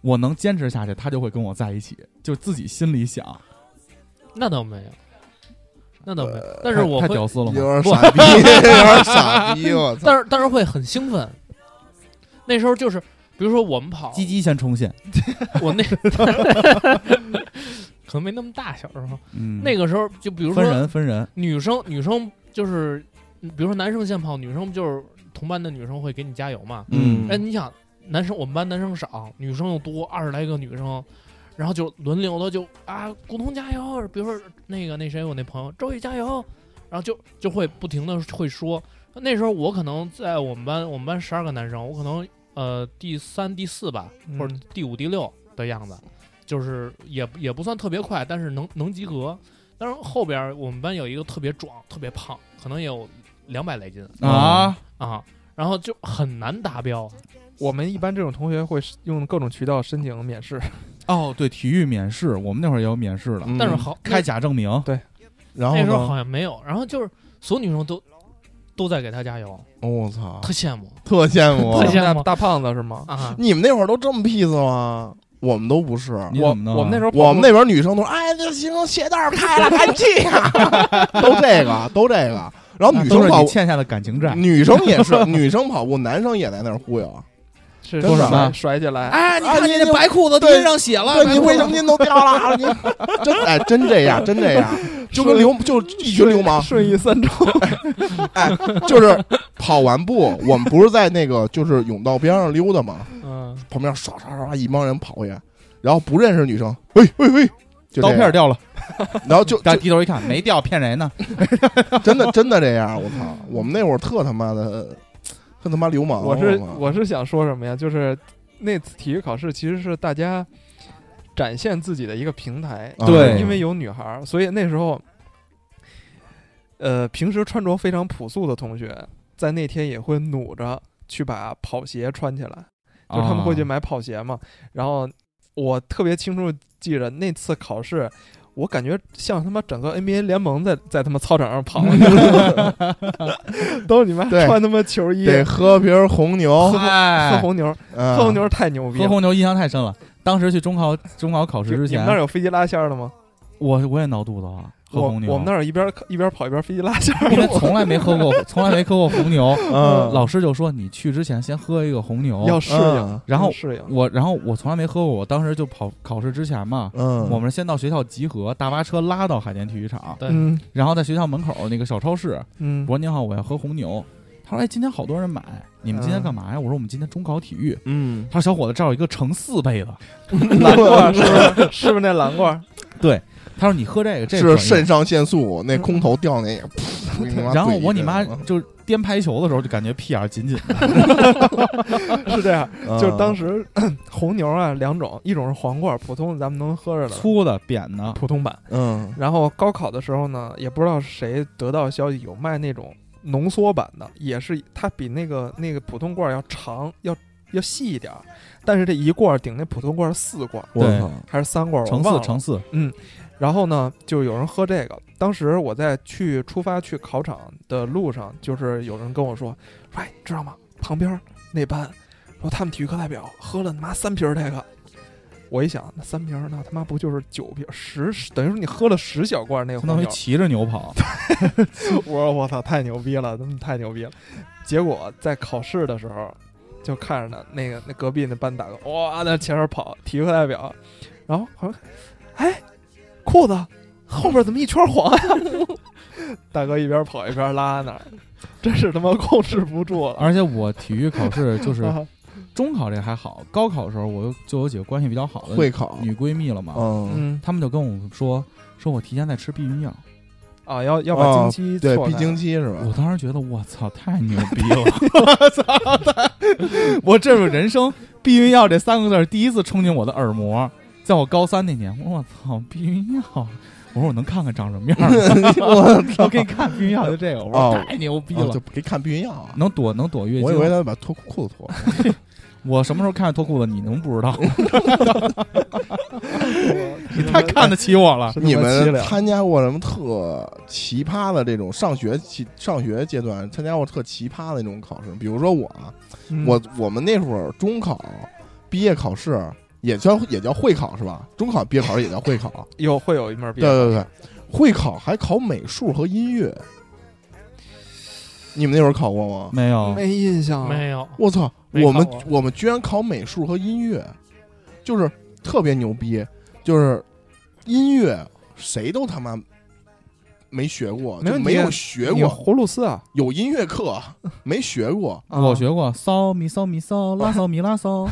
我能坚持下去，他就会跟我在一起，就自己心里想。
那倒没有，那倒没
呃
有，但
但
是我
太
会，
屌丝了
有
吗？
点
*laughs*
傻逼，有点傻逼，我操！
但是但是会很兴奋，那时候就是。比如说我们跑，
鸡鸡先冲线，
我那可能没那么大，小时候
嗯，
那个时候就比如
分
说
人分人，
女生女生就是，嗯比如说男生先跑，女生就是同班的女生会给你加油嘛。
嗯
哎，你想，男生我们班男生少，女生又多，二十来个女生，然后就轮流的就啊，古潼加油，比如说那个那谁，我那朋友周宇加油，然后就就会不停的会说。那时候我可能在我们班，我们班十二个男生，我可能呃第三、第四吧，或者第五、第六的样子，就是也不也不算特别快，但是能能及格。但是后边儿我们班有一个特别壮、特别胖，可能有两百来斤
*laughs* 啊，
啊，然后就很难达标。
嗯我们一般这种同学会用各种渠道申请免试，
哦，对，体育免试，我们那会儿也有免试的，
嗯
但是，好，那
开甲证明，
然后
那时候
呢
好？像没有，然后就是所有女生都都在给他加油，
哦我操，
特羡慕
特羡慕啊！
特羡慕
大大胖子是吗？
啊
你们那会儿都这么 peace 吗？我们都不是，
你
我
怎么弄啊
我们那时候
我们那边女生都说：“哎，这行，鞋带儿开了，赶紧啊！” *laughs* 都这个，都这个。然后女
啊都
生
是
跑
你
步，
欠下的感情债。
女生也是，女生跑步，男生也在那儿忽 *laughs* 悠。
是
真的
甩
吗
甩起来，
啊哎，你看
那白裤子
对
上血了
对，你卫生巾都掉 *laughs* 了，你真哎，真这样，真这样， *laughs* 就跟流就一群流氓，哎
顺义三
*laughs*
中，
就是跑完步，我们不是在那个就是甬道边上溜达吗？
嗯，
旁边唰唰唰一帮人跑过去，然后不认识女生，喂喂喂，就
刀
这
片
样
儿，掉了，
然后就
大家低头一看，没掉，骗人呢。
真的真的这样，啊我操！我们那会儿特他妈的，特他妈流氓。
我是
操
我是想说什么呀？就是那次体育考试其实是大家展现自己的一个平台，
啊
对
因为有女孩儿，所以那时候，呃，平时穿着非常朴素的同学，在那天也会努着去把跑鞋穿起来，就
啊
他们
啊
会去买跑鞋嘛。然后我特别清楚记着那次考试。我感觉像他妈整个 NBA 联盟在在他妈操场上
*laughs*
跑，都是 *laughs* 你妈
对
穿他妈球衣，
得喝瓶红牛，
喝
哎，
红牛，
嗯
喝红牛太牛逼啊
喝
了！
红牛印象太深了。当时去中考中考考试之
你
前
们那，儿有飞机拉线儿的吗？
我我也闹肚子了，喝红牛。
我我们那儿有一边一边跑一边飞机拉线儿。
因为 *laughs* 从来没
*laughs*
喝过，从来没喝过红牛。
嗯
老师就说你去之前先喝一个红牛。
*laughs* 要适应
嗯，
然后
要适应。
我，然后我从来没喝过，我当时就跑考试之前嘛，
嗯，
我们先到学校集合，大巴车拉到海淀体育场，
对，
嗯
然后在学校门口那个小超市，
嗯
我，说您好，我要喝红牛。他说：“哎，今天好多人买，你们今天干
嗯
嘛呀？”我说：“我们今天中考体育。
嗯”
他说：“小伙子，这儿有一个乘四倍的。
蓝罐
*laughs*
是不是？是不是那蓝罐？”
他说：“你喝这个，这
是
个可以
肾上腺素，那空头掉那个，
*laughs*
噗你妈
然后
怼一
我你
阵
妈
子
就是颠拍球的时候，就感觉屁眼儿紧紧的。
是这样，
嗯
就是当时 *coughs* 红牛啊两种，一种是黄罐，普通咱们能喝着的
粗的、扁的，
普通版。
嗯
然后高考的时候呢，也不知道谁得到消息有卖那种浓缩版的，也是它比那个那个普通罐儿要长，要要细一点儿，但是这一罐儿顶那普通罐儿四罐儿。
我
对
操，
还是三罐儿，我
乘
忘
四
了。
乘四。
然后呢，就有人喝这个。当时我在去出发去考场的路上，就是有人跟我说：“说哎，知道吗？旁边那班说他们体育课代表喝了他妈三瓶儿这个，我一想，那三瓶儿那他妈不就是九瓶十，十等于说你喝了十小罐那个
相
红
当于
酒。
骑着牛跑，
我说我操，太牛逼了，他们太牛逼了。结果在考试的时候，就看着呢，那个那隔壁那班大哥哇，那前面跑体育课代表，然后好像哎裤子后边怎么一圈黄呀、 *laughs* 大哥一边跑一边拉那儿，真是他妈控制不住了。
*laughs* 而且我体育考试 *laughs* 就是
啊
中考这还好，高考的时候我就有几个关系比较好的
会考，
女闺蜜了嘛，
嗯，
嗯
她们就跟我说，说我提前在吃避孕药，
啊，要要把经期
哦对
错，
闭
开
经期是吧？
我当时觉得我操太牛逼
*laughs*
了，我操，太我这是人生避孕药这三个字儿第一次冲进我的耳膜，在我高三那年，我操避孕药，我说我能看看长什么
*laughs*
样儿吗，我给你看避孕药就这个，我
哦
说太牛逼
哦
了
就，给看避孕药啊。
能躲能躲月经，
我以为他把脱裤子脱了，
我什么时候看见脱裤子，你能不
*laughs*
知道？你太看得起我了。
是他妈
你
凄
们
凉
参加过什么特奇葩的这种上学期上学阶段参加过特奇葩的那种考试？比如说我啊，
嗯
我我们那会儿中考毕业考试也叫也叫会考是吧？中考毕业考试也叫会考，
有会有一 *laughs* 门儿毕
对
业
对对，会考还考美术和音乐。你们那会儿考过吗？
没有，
哦没印象了，
没有，
我操，
没
我们
考过
我们居然考美术和音乐，就是特别牛逼，就是音乐谁都他妈没学过，
没
就
问题啊
没有学
你
过，
葫芦丝啊，
有音
*laughs*
乐课没学过，
啊
我学过骚咪骚咪骚，拉骚咪拉骚。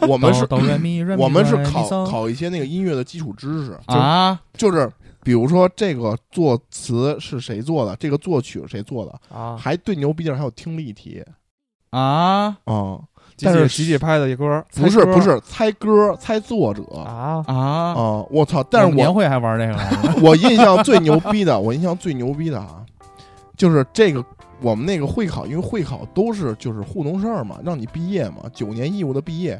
我
我
们是
哆来咪瑞咪
我们是
瑞咪
考
骚
考一些那个音乐的基础知识，
啊，
就是比如说这个作词是谁做的，这个作曲是谁做的，
啊，
还最牛逼的是还有听力题
啊
啊，
几
但
几
是
几几拍的一歌，
不
猜
是
歌
不是猜歌猜作者啊，
啊，
啊！
我操！但是我
年会还玩这个来
*laughs*
着，
我印象最牛逼的，我印象最牛逼的啊，就是这个我们那个会考，因为会考都是就是糊弄事儿嘛，让你毕业嘛，九年义务的毕业。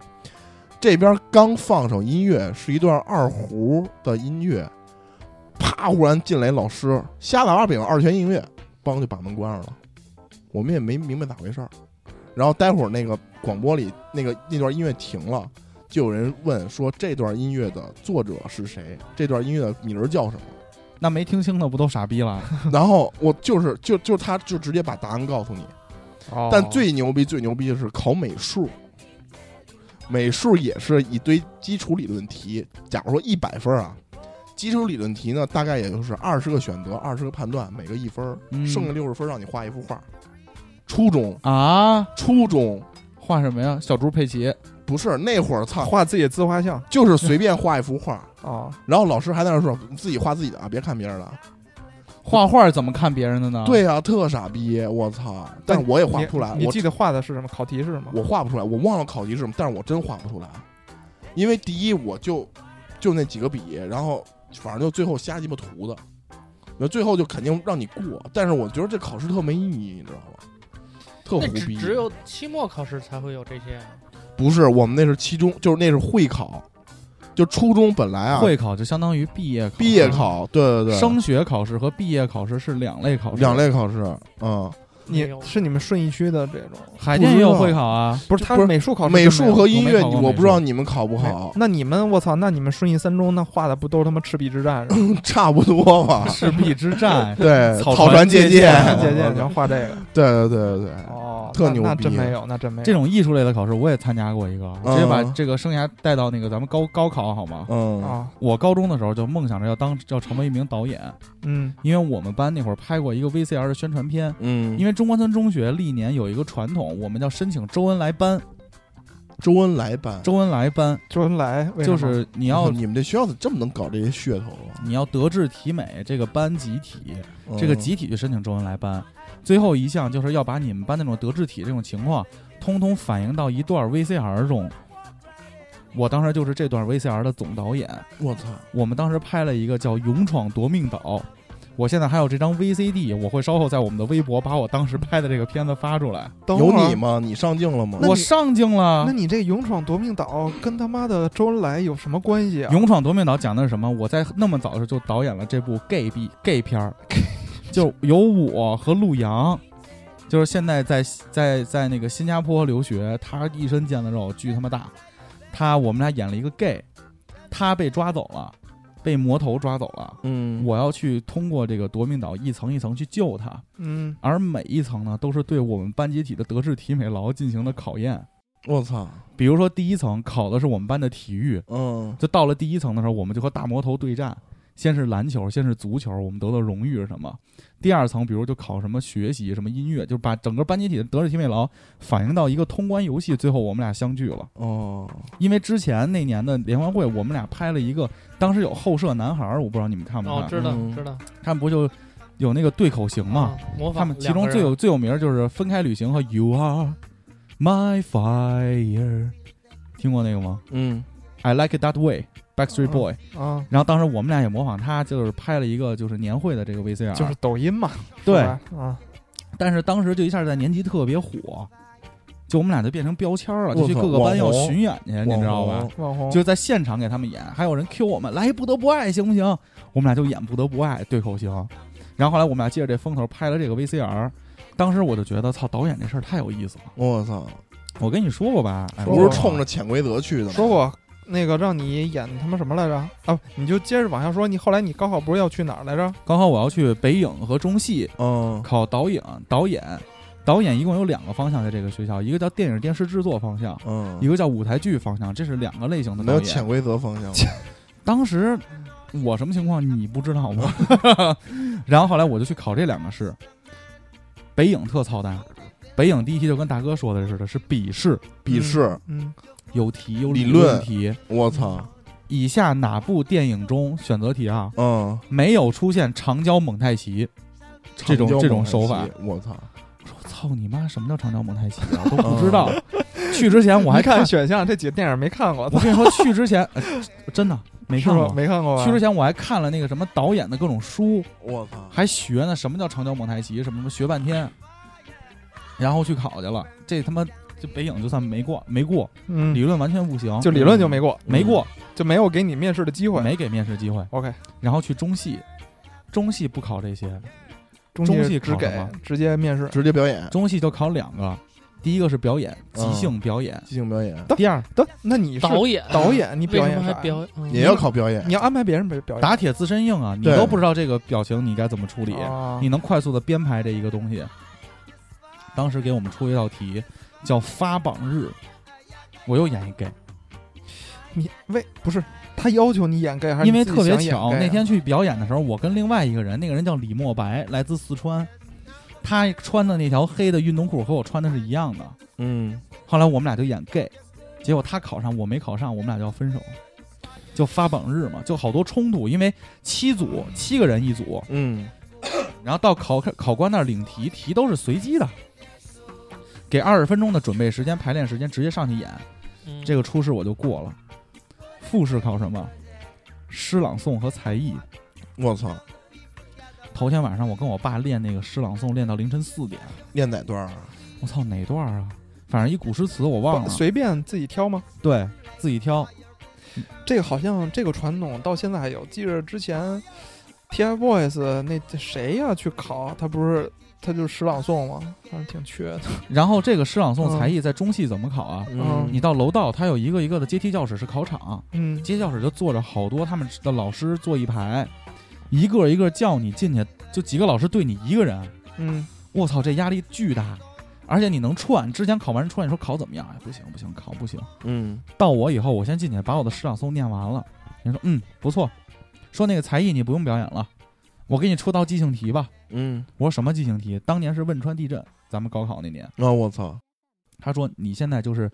这边刚放首音乐，是一段二胡的音乐，啪！忽然进来老师，瞎打把柄，二泉映月，梆就把门关上了。我们也没明白咋回事儿。然后待会儿那个广播里那个那段音乐停了，就有人问说这段音乐的作者是谁？这段音乐的名儿叫什么？
*laughs* 那没听清的不都傻
*laughs*
逼了？
然后我就是就就他就直接把答案告诉你，
哦
但最牛逼最牛逼的是考美术，美术也是一堆基础理论题。假如说一百分儿啊，基础理论题呢大概也就是二十个选择，二十个判断，每个一分儿，
嗯
剩下六十分儿让你画一幅画。初中
啊，
初中
画什么呀？小猪佩奇
不是那会儿操，
画自己的自画像
就是随便画一幅画，
啊，
然后老师还在那说你自己画自己的啊，别看别人的啊。
画画怎么看别人的呢？，
对啊，特傻逼，我操！但是我也画不出来，
你
我
记得画的是什么考题是吗？
我画不出来，我忘了考题是什么，但是我真画不出来，因为第一我就就那几个笔，然后反正就最后瞎鸡巴涂的，那最后就肯定让你过，但是我觉得这考试特没意义，你知道吗？特
那
胡
只
逼。
只有期末考试才会有这些啊。
不是我们那是期中，就是那是会考，就初中本来啊
会考就相当于毕业考，
毕业考，对对对，
升学考试和毕业考试是两类考试，
两类考试，嗯，
你
没有
是你们顺义区的这种，
海淀也有会考啊，
不是他
不是
美术考试
美
就没
术
有
和音
我没
乐
考过
我
美
不知道
术。
你们考不 *laughs* 好，
那你们我操，那你们顺义三中那画的不都他妈赤壁之战是吗？
差不多吧，
赤壁之战
*laughs* 对，
*laughs* 草
草
船
船
借
借
*laughs*
箭 *laughs*
箭，
姐姐，你要画这个
对对对对对，
哦，
特
那
牛
那
逼
真没有，那真没有
这种艺术类的考试我也参加过一个，我直接把
嗯
这个生涯带到那个咱们高高考好吗？
嗯，
啊，
我高中的时候就梦想着要当要成为一名导演，
嗯
因为我们班那会儿拍过一个 VCR 的宣传片。
嗯，
因为中关村中学历年有一个传统，我们叫申请周恩来班。
周恩来班，
周恩来班
周恩来为什
就
么
是你
你 *laughs*
要
你们这学校怎么这么能搞这些噱头啊？
你要德智体美这个班集体，
嗯
这个集体去申请周恩来班。最后一项就是要把你们班那种德智体这种情况，通通反映到一段 VCR 中。我当时就是这段 VCR 的总导演。
我操，
我们当时拍了一个叫《勇闯夺命岛》，我现在还有这张 VCD，我会稍后在我们的微博把我当时拍的这个片子发出来。
等
有
会儿啊
你吗？你上镜了吗？
那
我
你
上镜了
那。你这《勇闯夺命岛》跟他妈的周恩来有什么关系
《
啊？
勇闯夺命岛》讲的是什么？我在那么早的时候就导演了这部 gay 币 gay 片儿， *laughs* 就有我和陆阳，就是现在在在在那个新加坡留学，他一身腱子肉，巨他妈大。他我们俩演了一个 gay，他被抓走了，被魔头抓走了。
嗯
我要去通过这个夺命岛一层一层去救他，
嗯，
而每一层呢，都是对我们班集体的德智体美劳进行的考验。
我操，
比如说第一层考的是我们班的体育，
嗯
就到了第一层的时候，我们就和大魔头对战，先是篮球，先是足球，我们得到荣誉是什么。第二层，比如就考什么学习、什么音乐，就是把整个班集体的德智体美劳反映到一个通关游戏，最后我们俩相聚了。
哦，
因为之前那年的联欢会，我们俩拍了一个，当时有后舍男孩儿，我不知道你们看没
哦，
看，
知道
嗯
知道
他们不就有那个对口型吗？
啊，模仿
他们其
两
中
个
最
人
有最有名儿就是《分开旅行》和《You Are My Fire》，听过那个吗
嗯
？I Like It That Way。Backstreet
嗯
Boy，、
啊，
然后当时我们俩也模仿他，就是拍了一个就是年会的这个
啊
VCR，
就是抖音嘛，
对
是吧啊，
但是当时就一下在年级特别火，就我们俩就变成标签儿了，就去
我操
各个班要
网红
巡演去，你知道吧？
网红
网红
就在现场给他们演，还有人 Q 我们来不得不爱行不行？我们俩就演不得不爱对口型，然后后来我们俩借着这风头拍了这个 VCR，当时我就觉得操导演这事儿太有意思了，
我操，
我跟你说过吧，哎
不是冲着潜规则去的吗？
说过那个让你演他妈什么来着？啊，你就接着往下说，你后来你高考不是要去哪儿来着？
刚好我要去北影和中戏
嗯
考导演，导演，导演一共有两个方向在这个学校，一个叫电影电视制作方向。
嗯，
一个叫舞台剧方向，这是两个类型的
没
导
有
演。
潜规则方向吗，
当时我什么情况你不知道吗？ *laughs* 然后后来我就去考这两个试，北影特操蛋。北影第一题就跟大哥说的似的，是笔试，
笔试，
嗯，
有题有
理
论
论
题。
我操，
以下哪部电影中选择题啊
嗯，
没有出现长焦蒙太奇？这种
长焦
这种
蒙太
手
奇
法，
我操，
我说操你妈，什么叫长焦蒙太奇
*laughs*
啊？都不知道。去之前我还
一嗯看
看，
选项这几个电影没看过，
我跟你说，去之前、呃真的没
是
看
吧？
过。
没看过啊吧？
去之前我还看了那个什么导演的各种书，
我操，
还学呢，什么叫长焦蒙太奇，什么什么学半天，然后去考去了。这他妈这北影就算没过，没过，
嗯
理，论完全不行，
就理论就没过，嗯
没过，
就没有给你面试的机会。
没给面试机会。
OK，
然后去中戏，中戏不考这些，
中
中戏
戏只
考什
给
么
直接面试。
直接表演，
中戏就考两个，第一个是表演，即兴表演，
即兴表演，
嗯
第二
对，那你是
导演
导演，你
*laughs* 为
表
什么
演
还
啥？
表嗯
也要考表演，
你要安排别人表表演
打铁自身硬啊，你
对
都不知道这个表情你该怎么处理，
啊
你能快速的编排这一个东西。当时给我们出一道题叫发榜日，我又演一 gay。
你为不是他要求你演 gay 还是
因
你
为
自
特
己
别
想演
巧，
gay 啊
那天去表演的时候，我跟另外一个人，那个人叫李墨白，来自四川，他穿的那条黑的运动裤和我穿的是一样的。
嗯，
后来我们俩就演 gay，结果他考上，我没考上，我们俩就要分手，就发榜日嘛，就好多冲突，因为七组七个人一组，
嗯，
然后到考考官那儿领题，题都是随机的，给二十分钟的准备时间、排练时间，直接上去演。
嗯
这个初试我就过了，复试考什么？诗朗诵和才艺。
我操，
头天晚上我跟我爸练那个诗朗诵，练到凌晨四点。
练哪段啊？
我操，哪段啊？反正一古诗词我忘
不
了。
随便自己挑吗？
对自己挑。
这个好像这个传统到现在还有，记着之前 TFBOYS 那这谁呀、去考，他不是他就是诗朗诵吗？反正挺缺
*laughs*
的。
然后这个诗朗诵
嗯
才艺在中戏怎么考啊？
嗯
你到楼道，它有一个一个的阶梯教室是考场，
嗯
阶梯教室就坐着好多他们的老师坐一排，一个一个叫你进去，就几个老师对你一个人。
嗯，
我操，这压力巨大，而且你能串。之前考完串，你说考怎么样？哎，不行不行，考不行。
嗯
到我以后，我先进去把我的诗朗诵念完了。人说嗯不错，说那个才艺你不用表演了，我给你出道即兴题吧。
嗯，
我说什么即兴题？当年是汶川地震，咱们高考那年。
啊，我操，
他说你现在就是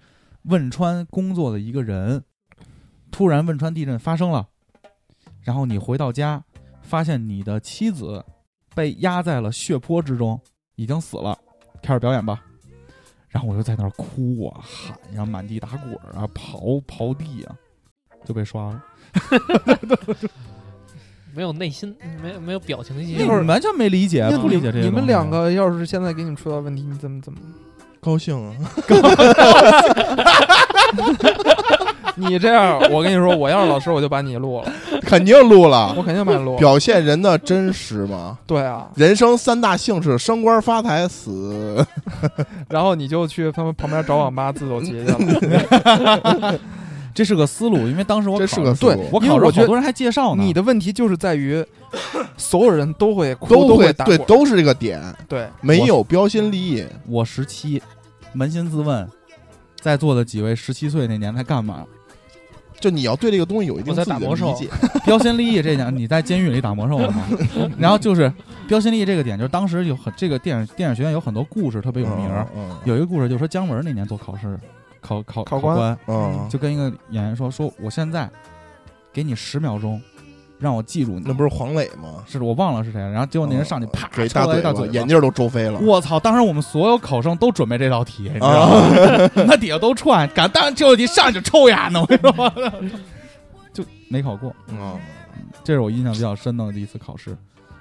汶川工作的一个人，突然汶川地震发生了，然后你回到家，发现你的妻子被压在了血泊之中，已经死了，开始表演吧。然后我就在那儿哭啊、喊呀、满地打滚儿啊、刨刨地啊，就被刷了。
没有内心没有没有表情戏
那会儿完全没理解，啊
那
不理解这
你们你
些东
们
西
两个要是现在给你们出到问题，你怎么怎
*laughs*
么？
高兴啊，
你这样，我跟你说，我要是老师，我就把你录了，
肯定录了
我，肯定把
*laughs*
你录。
啊
表现人的真实嘛。
对啊，
人生三大幸事：升官发财、
*laughs*
死。
*laughs*
然后你就去他们旁边找网吧自走棋去了。
这是个思路，因为当时我
这
考
是个
虑
思路
对我
因为
考
我
着
觉
好
得
多人还介绍呢，
你的问题就是在于，所有人都会哭，
都
会打
对，
滚
都是这个点，
对，
没有标新立异。
我十七，扪心自问，在座的几位十七岁那年他干嘛？
就你要对这个东西有一定
我在
自己的
打魔兽
理解，
标新立异这点，你在监狱里打魔兽了吗？然后就是标新立异这个点，就是当时有很这个电影电影学院有很多故事特别有名儿，
嗯嗯
有一个故事就是说姜文那年做考试，考考
考官
官
嗯，
就跟一个演员说说我现在给你十秒钟，让我记住你
那。不是黄磊吗？
是我忘了是谁，然后结果那人上去啪
嗯给一
抽了一
大
大嘴巴
眼镜都周飞了。
我操！当时我们所有考生都准备这道题，你知道吗？
啊
*laughs* 那底下都串，敢当这道题上去就抽丫呢，我跟你
*laughs*
说，就没考过。
嗯，
这是我印象比较深的一次考试，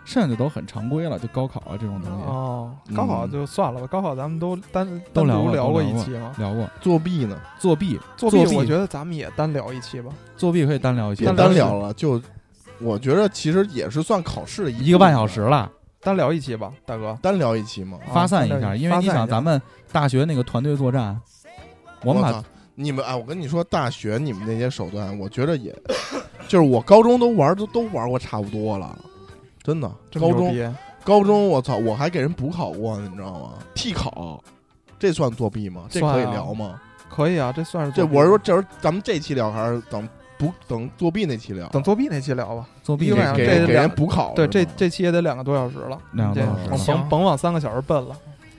剩下的都很常规了，就高考啊这种东西、
哦，高考就算了吧，高考咱们都单
嗯都
单
聊
独
了
聊
都
过
聊
一
过
期嘛，
聊过。
作弊呢，
作弊，
作
弊
弊，我觉得咱们也单聊一期吧。
作弊可以单聊一期，
别
单
单聊了，就我觉得其实也是算考试的
一个半小时，了，
单聊一期吧，大哥。
单聊一期嘛。
啊
发散一
单
下，
聊
因为
发
你
散
想
一下
咱们大学那个团队作战，我们把
操你们哎，我跟你说，大学你们那些手段，我觉得也， *coughs* 就是我高中都玩都都玩过差不多了，真的。
这么
高
牛
中
逼
高中我操，我还给人补考过呢，你知道吗？替考，这算作弊吗？这
算啊
可以聊吗？
可以啊，这算是
这
作弊
我是说，这是咱们这期聊还是等补等作弊那期聊？
等作弊那期聊吧。
作弊
一个晚上
给
这
给
两
人补考
对，这
是吗
这期也得两个多小时了，
两个多
这
小时了，
行
甭甭往三个小时奔了。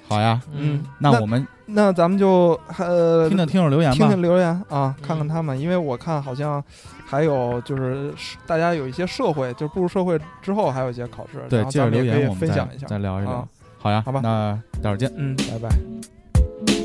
好呀。
嗯，
那
那
我们
那咱们就呃
听听听众留言
听
吧嗯
听。留言啊，看看他们，因为我看好像还有就是大家有一些社会，就是步入社会之后还有一些考试，
对，
然后
接着
咱
留
们也可
言，
以
我们
分享一
再
下
再。聊一聊
啊。
好呀，
好吧
那待会儿见。
嗯，拜拜。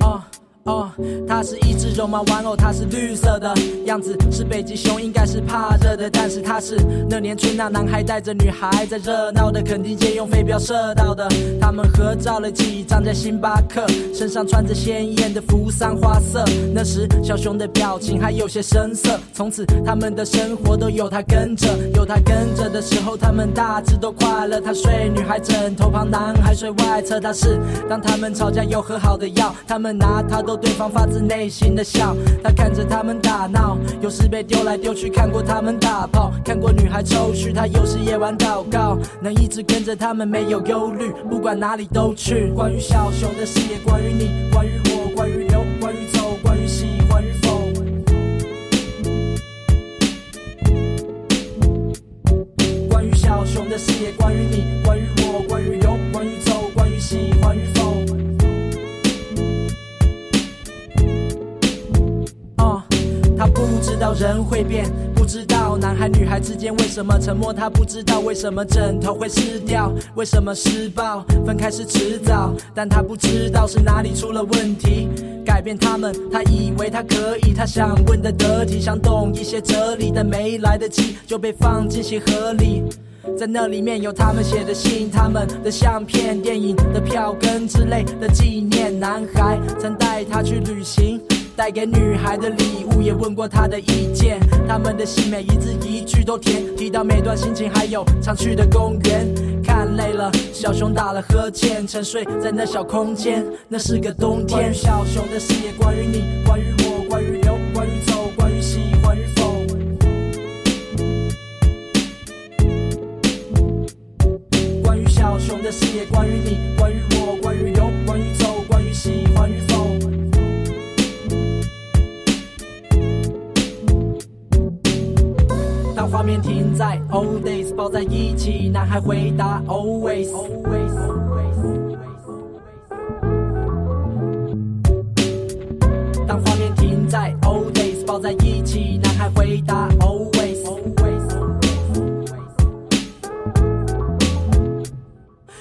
哦哦，它是一只绒毛玩偶，它是绿色的样子，是北极熊，应该是怕热的，但是它是那年春那男孩带着女孩在热闹的肯丁街用飞镖射到的，他们合照了几张在星巴克，身上穿着鲜艳的扶桑花色，那时小熊的表情还有些生涩，从此他们的生活都有他跟着，有他跟着的时候，他们大致都快乐，他睡女孩枕头旁，男孩睡外侧，他是当他们吵架又和好的药，他们拿它逗对方发自内心的笑。他看着他们打闹，有时被丢来丢去，看过他们打炮，看过女孩抽搐，他有时夜晚祷告，能一直跟着他们没有忧虑，不管哪里都去。关于小熊的事业，关于你，关于我，关于留，关于走，关于喜欢与否。关于小熊的事业，关于你，关于我，关于留，关于走，关于喜欢与否。啊，他不知道人会变，不知道男孩女孩之间为什么沉默，他不知道为什么枕头会湿掉，为什么施暴，分开是迟早，但他不知道是哪里出了问题。改变他们，他以为他可以，他想问的得体，想懂一些哲理，但没来得及就被放进鞋盒里。在那里面有他们写的信、他们的相片、电影的票根之类的纪念。男孩曾带她去旅行，带给女孩的礼物也问过她的意见。他们的信每一字一句都甜，提到每段心情，还有常去的公园。看累了，小熊打了呵欠，沉睡在那小空间。那是个冬天。关于小熊的事业，关于你，关于我，关于留，关于走，关于喜欢与否。关于小熊的事业，关于你，关于我，关于有，关于走，关于喜欢与否。当画面停在 old days 抱在一起，男孩回答 always。always always 当画面停在 old days 抱在一起，男孩回答 always。always always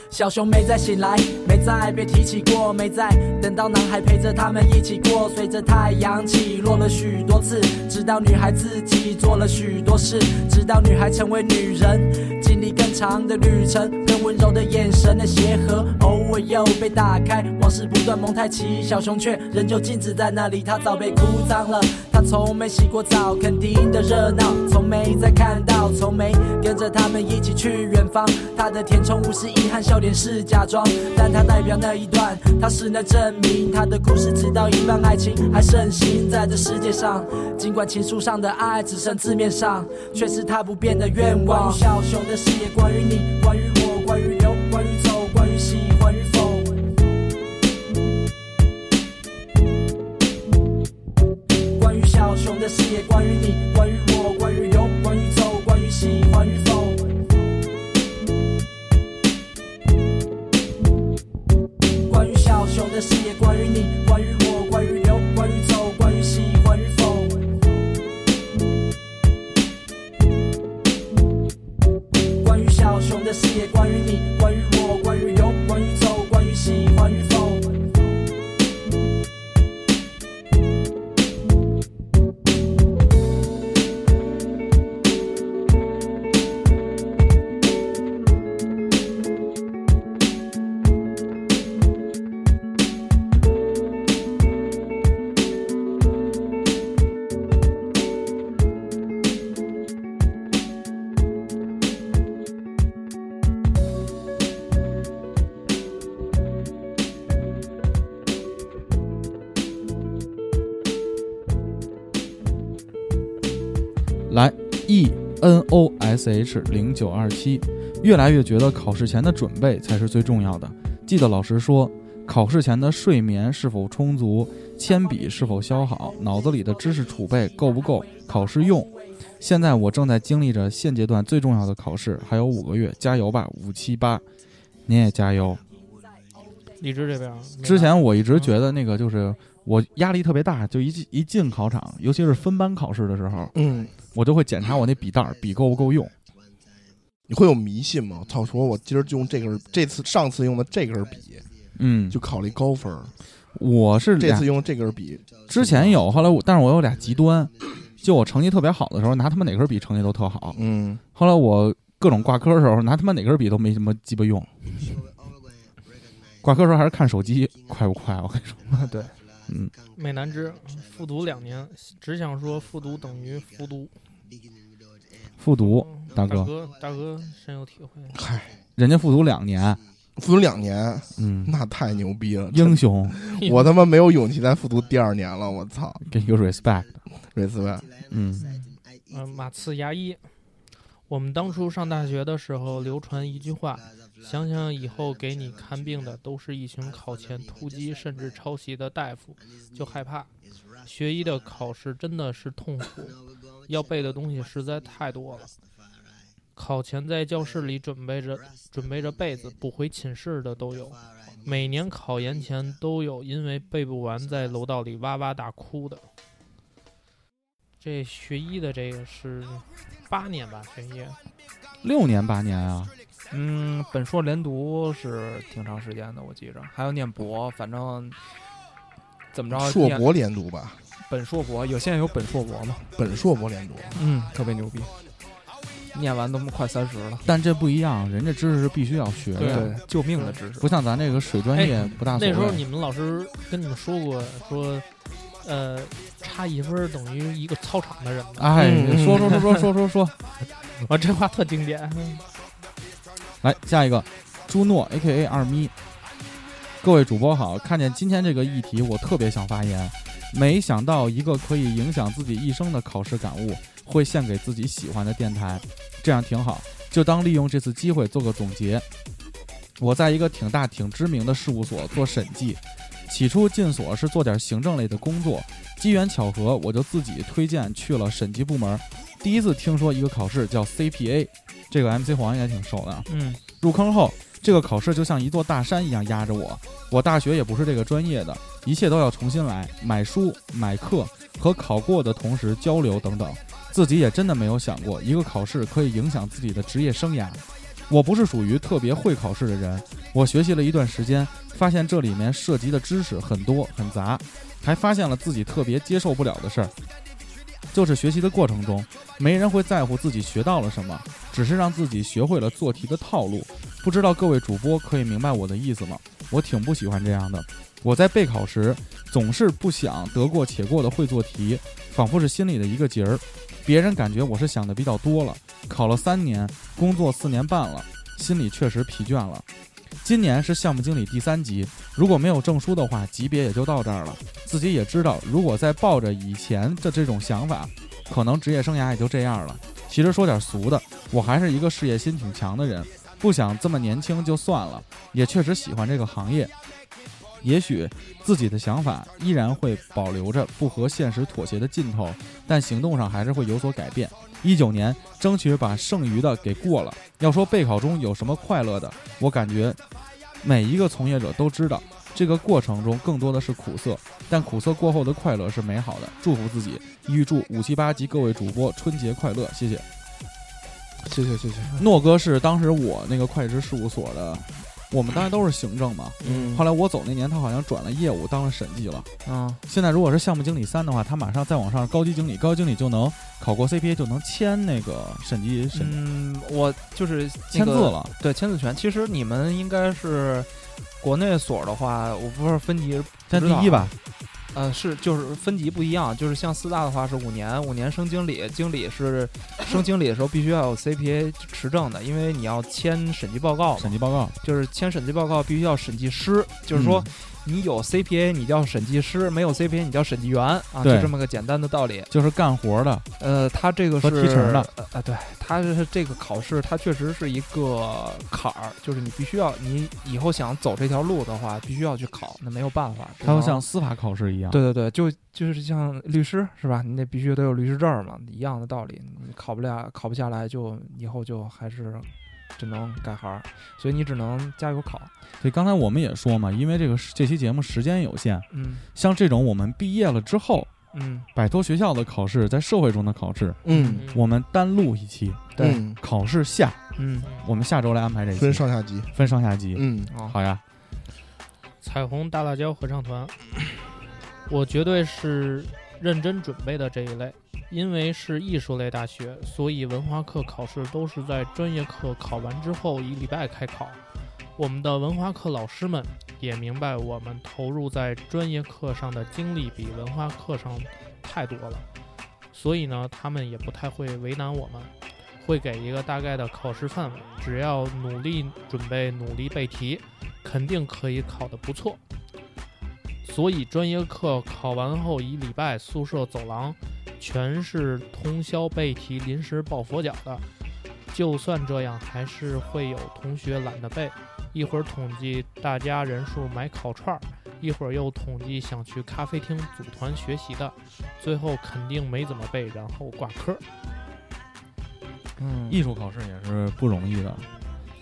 小熊没再醒来，没在，别提起过没在。等到男孩陪着他们一起过，随着太阳起落了许多次，直到女孩自己做了许多事，直到女孩成为女人，经历更长的旅程，更温柔的眼神的协和，偶尔又被打开，往事不断蒙太奇，小熊却仍旧静止在那里，它早被哭脏了，它从没洗过澡，肯定的热闹，从没再看到，从没跟着他们一起去远方，它的填充物是遗憾，笑脸是假装，但它代表那一段，它是那证明，它的故事直到一半，爱情还盛行在这世界上，尽管情书上的爱只剩字面上，却是它不变的愿望。关于小熊的事业，关于你，关于我，关于留，关于走，关于喜欢与否。关于小熊的事业，关于你，关于我，关于留，关于走，关于喜欢与否。关于小熊的事业，关于你，关于我，关于留，关于走，关于喜欢与否。关于小熊的事业，关于你，关于我，关于留，关于走，关于喜欢与否。
来 E N O S H 零九二七，越来越觉得考试前的准备才是最重要的。记得老师说，考试前的睡眠是否充足，铅笔是否削好，脑子里的知识储备够不够考试用。现在我正在经历着现阶段最重要的考试，还有五个月，加油吧，五七八，您也加油。
荔枝这边啊儿没
之
拿
前我一直觉得那个就是我压力特别大，就一进一进考场，尤其是分班考试的时候，
嗯，
我就会检查我那笔袋儿笔够不够用。
你会有迷信吗？操，说我今儿就用这根，这次上次用的这根笔，
嗯，
就考了一高分儿。
我是
这
俩
次用这根笔，
之前有，后来我但是我有俩极端，就我成绩特别好的时候，拿他妈哪根笔成绩都特好，
嗯，
后来我各种挂科的时候，拿他妈哪根笔都没什么鸡巴用。挂科时候还是看手机快不快？我跟你说，
对，
嗯，
美男之复读两年，只想说复读等于复读。嗯
复读大
大
哥，
哥，大哥深有体会。
嗨，
人家复读两年，
复读两年，
嗯，
那太牛逼了，
英雄，
我他妈没有勇气再复读第二年了，我操，
给你个 respect，
瑞斯呗，
嗯
嗯，马刺牙医。我们当初上大学的时候流传一句话：想想以后给你看病的都是一群考前突击甚至抄袭的大夫，就害怕。学医的考试真的是痛苦，要背的东西实在太多了。考前在教室里准备着准备着被子，不回寝室的都有。每年考研前都有因为背不完在楼道里哇哇大哭的。这学医的这个是八年吧？学医，
六年八年啊，
嗯，本硕连读是挺长时间的，我记着，还要念博，反正怎么着，
硕
念
博连读吧，
本硕博，有现在有本硕博嘛，
本硕博连读，
嗯，特别牛逼，念完都快三十了，
但这不一样，人家知识是必须要学的，
对，救命的知识，
啊不像咱这个水专业不大所
哎那时候
谓。
你们老师跟你们说过，说，呃，差一分儿等于一个操场的人嘛。
哎，
嗯
说说说说说说说，
我这话特经典。
来下一个，朱诺 A K A 二咪，各位主播好，看见今天这个议题，我特别想发言。没想到一个可以影响自己一生的考试感悟，会献给自己喜欢的电台，这样挺好。就当利用这次机会做个总结。我在一个挺大挺知名的事务所做审计，起初进所是做点行政类的工作，机缘巧合，我就自己推荐去了审计部门。第一次听说一个考试叫 CPA，这个 MC 黄也挺熟的啊。
嗯，
入坑后，这个考试就像一座大山一样压着我。我大学也不是这个专业的，一切都要重新来，买书、买课和考过的同时交流等等。自己也真的没有想过，一个考试可以影响自己的职业生涯。我不是属于特别会考试的人，我学习了一段时间，发现这里面涉及的知识很多很杂，还发现了自己特别接受不了的事儿，就是学习的过程中，没人会在乎自己学到了什么，只是让自己学会了做题的套路。不知道各位主播可以明白我的意思吗？我挺不喜欢这样的。我在备考时总是不想得过且过的会做题，仿佛是心里的一个结儿。别人感觉我是想的比较多了，考了三年，工作四年半了，心里确实疲倦了。今年是项目经理第三级，如果没有证书的话，级别也就到这儿了。自己也知道，如果再抱着以前的这种想法，可能职业生涯也就这样了。其实说点俗的，我还是一个事业心挺强的人，不想这么年轻就算了，也确实喜欢这个行业。也许自己的想法依然会保留着不和现实妥协的劲头，但行动上还是会有所改变。一九年，争取把剩余的给过了。要说备考中有什么快乐的，我感觉每一个从业者都知道，这个过程中更多的是苦涩，但苦涩过后的快乐是美好的。祝福自己，预祝五七八及各位主播春节快乐，谢谢。
谢谢谢谢。
诺哥是当时我那个会计师事务所的，我们当时都是行政嘛。
嗯
后来我走那年，他好像转了业务，当了审计了。
嗯，
现在如果是项目经理三的话，他马上再往上高级经理，高级经理就能考过 CPA，就能签那个审计审、
嗯，我就是那
签字
个
了。
对，签字权。其实你们应该是国内所的话，我不是分级，
现在第一吧，
呃，是就是分级不一样，就是像四大的话是五年，五年升经理，经理是升经理的时候必须要有 CPA 持证的，因为你要签审计报告嘛，
审计报告。
就是签审计报告必须要审计师，就是说
嗯
你有 CPA 你叫审计师，没有 CPA 你叫审计员啊，
对
就这么个简单的道理。
就是干活的，
呃，他这个
和
是
提成的
呃呃，对，他是这个考试，它确实是一个坎儿，就是你必须要，你以后想走这条路的话，必须要去考，那没有办法。只
他会
能
像司法考试一
啊
样。
对对对，就就是像律师是吧？你得必须得有律师证儿嘛，一样的道理。你考不了，考不下来就以后就还是只能改行儿，所以你只能加油考。
所以刚才我们也说嘛，因为这个这期节目时间有限，
嗯
像这种我们毕业了之后，
嗯，
摆脱学校的考试，在社会中的考试，
嗯，
我们单录一期。
对
嗯
考试下，
嗯，
我们下周来安排这一期
分上下级。
分上下集。
嗯，
哦，
好呀，
彩虹大辣椒合唱团，我绝对是认真准备的这一类，因为是艺术类大学，所以文化课考试都是在专业课考完之后一礼拜开考。我们的文化课老师们也明白，我们投入在专业课上的精力比文化课上太多了，所以呢，他们也不太会为难我们，会给一个大概的考试范围，只要努力准备，努力背题，肯定可以考得不错。所以专业课考完后一礼拜，宿舍走廊全是通宵背题、临时抱佛脚的。就算这样，还是会有同学懒得背，一会儿统计大家人数买烤串儿，一会儿又统计想去咖啡厅组团学习的，最后肯定没怎么背，然后挂科。
嗯，
艺术考试也是不容易的，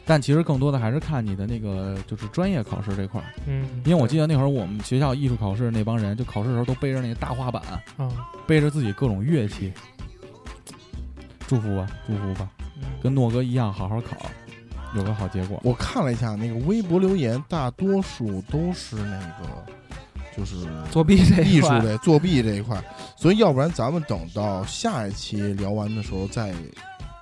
但其实更多的还是看你的那个就是专业考试这块儿。
嗯，
因为我记得那会儿我们学校艺术考试那帮人，就考试的时候都背着那个大画板，
啊，
背着自己各种乐器。祝福吧，祝福吧，
嗯
跟诺哥一样好好考，有个好结果。
我看了一下那个微博留言，大多数都是那个就是
作弊这一
艺术
块
类作弊这一块，所以要不然咱们等到下一期聊完的时候再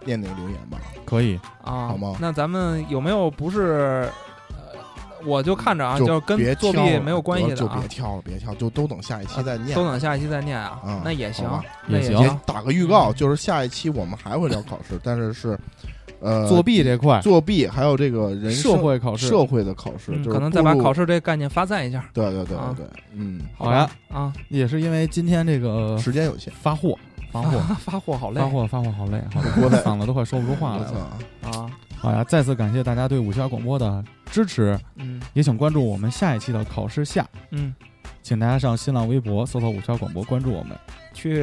念那个留言吧。
可以，
啊，
好吗
那咱们有没有不是？呃，我就看着啊，
就
就跟
别
作弊
挑了
没有关系的
就
啊
别，挑了，别挑，就都等下一期再念
都。等下一期再念啊，
嗯
那也行嗯
好吧，
那
也行
也打个预告，就是下一期我们还会聊考试，但是是呃
作弊这块，
作弊，还有这个人
社
生
会考试，
社会的考试，
嗯
就是
可能再把
步入
考试这个概念发散一下，
对对对
啊
对对，嗯，
好呀，
啊，
也是因为今天这个
时间有限，
发货，
*laughs*
发货，
啊 *laughs* 发货好累
发货，发货，好累，好累，
我得
嗓子都快 *laughs* 说不出话
我
来
操
了。
啊
啊，
好呀，再次感谢大家对五七八广播的支持，
嗯
也请关注我们下一期的考试下，
嗯，
请大家上新浪微博搜索五七八广播，关注我们。
去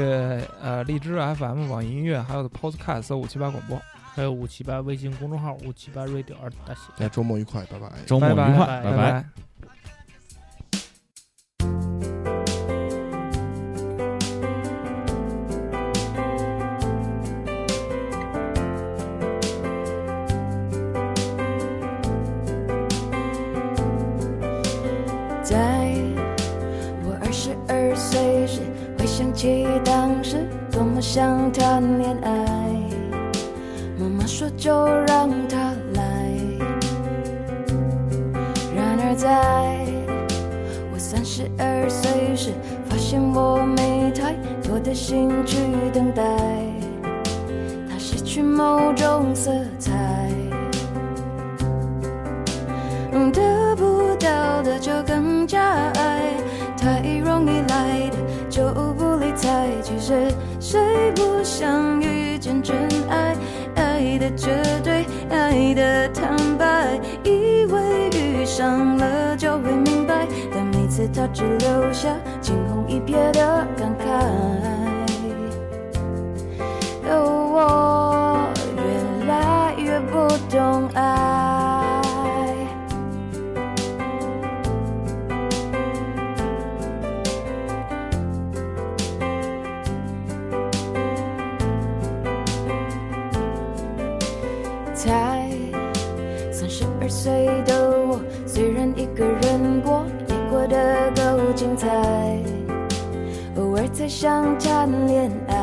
呃荔枝 FM、网易音乐还有 Podcast 搜五七八广播，
还有五七八微信公众号五七八 radio 二大写。
大家哎周末愉快，拜拜。
周末愉
拜
快，
拜
拜
拜。
天
当时多么想谈恋爱，妈妈说就让她来。然而在我三十二岁时，发现我没太多的心去等待，它失去某种色彩。得嗯不到的就更加爱，太容易来的就不理睬。其实谁不想遇见真爱？爱的绝对，爱的坦白，以为遇上了就会明白，但每次他只留下惊鸿一瞥的感慨。哦，我越来越不懂爱。才三十二岁的我，虽然一个人过，也过得够精彩。偶尔才想谈恋爱，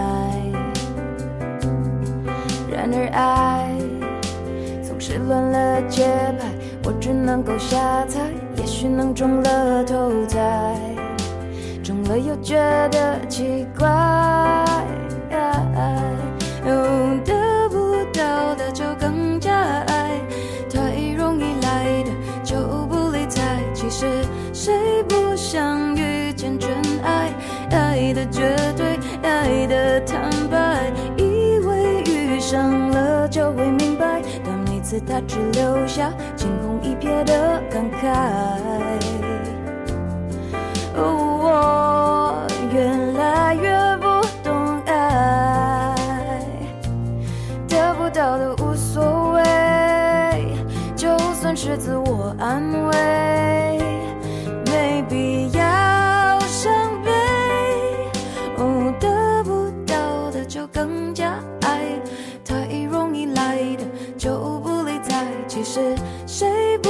然而爱总是乱了节拍，我只能够瞎猜，也许能中了头彩，中了又觉得奇怪。哦，得不到的就更加爱，太容易来的就不理睬。其实谁不想遇见真爱？爱的绝对，爱的坦白，以为遇上了就会明白，但每次他只留下惊鸿一瞥的感慨。哦，我越来越不懂爱，得不到的无所谓，就算是自我安慰，没必要伤悲。哦，得不到的就更加爱，太容易来的就不理睬。其实谁不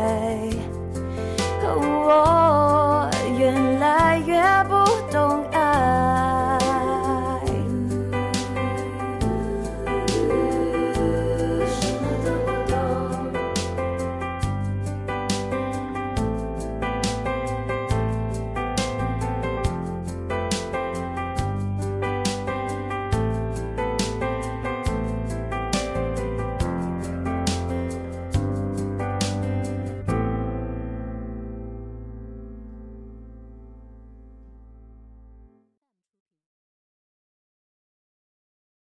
哦，我越来越不懂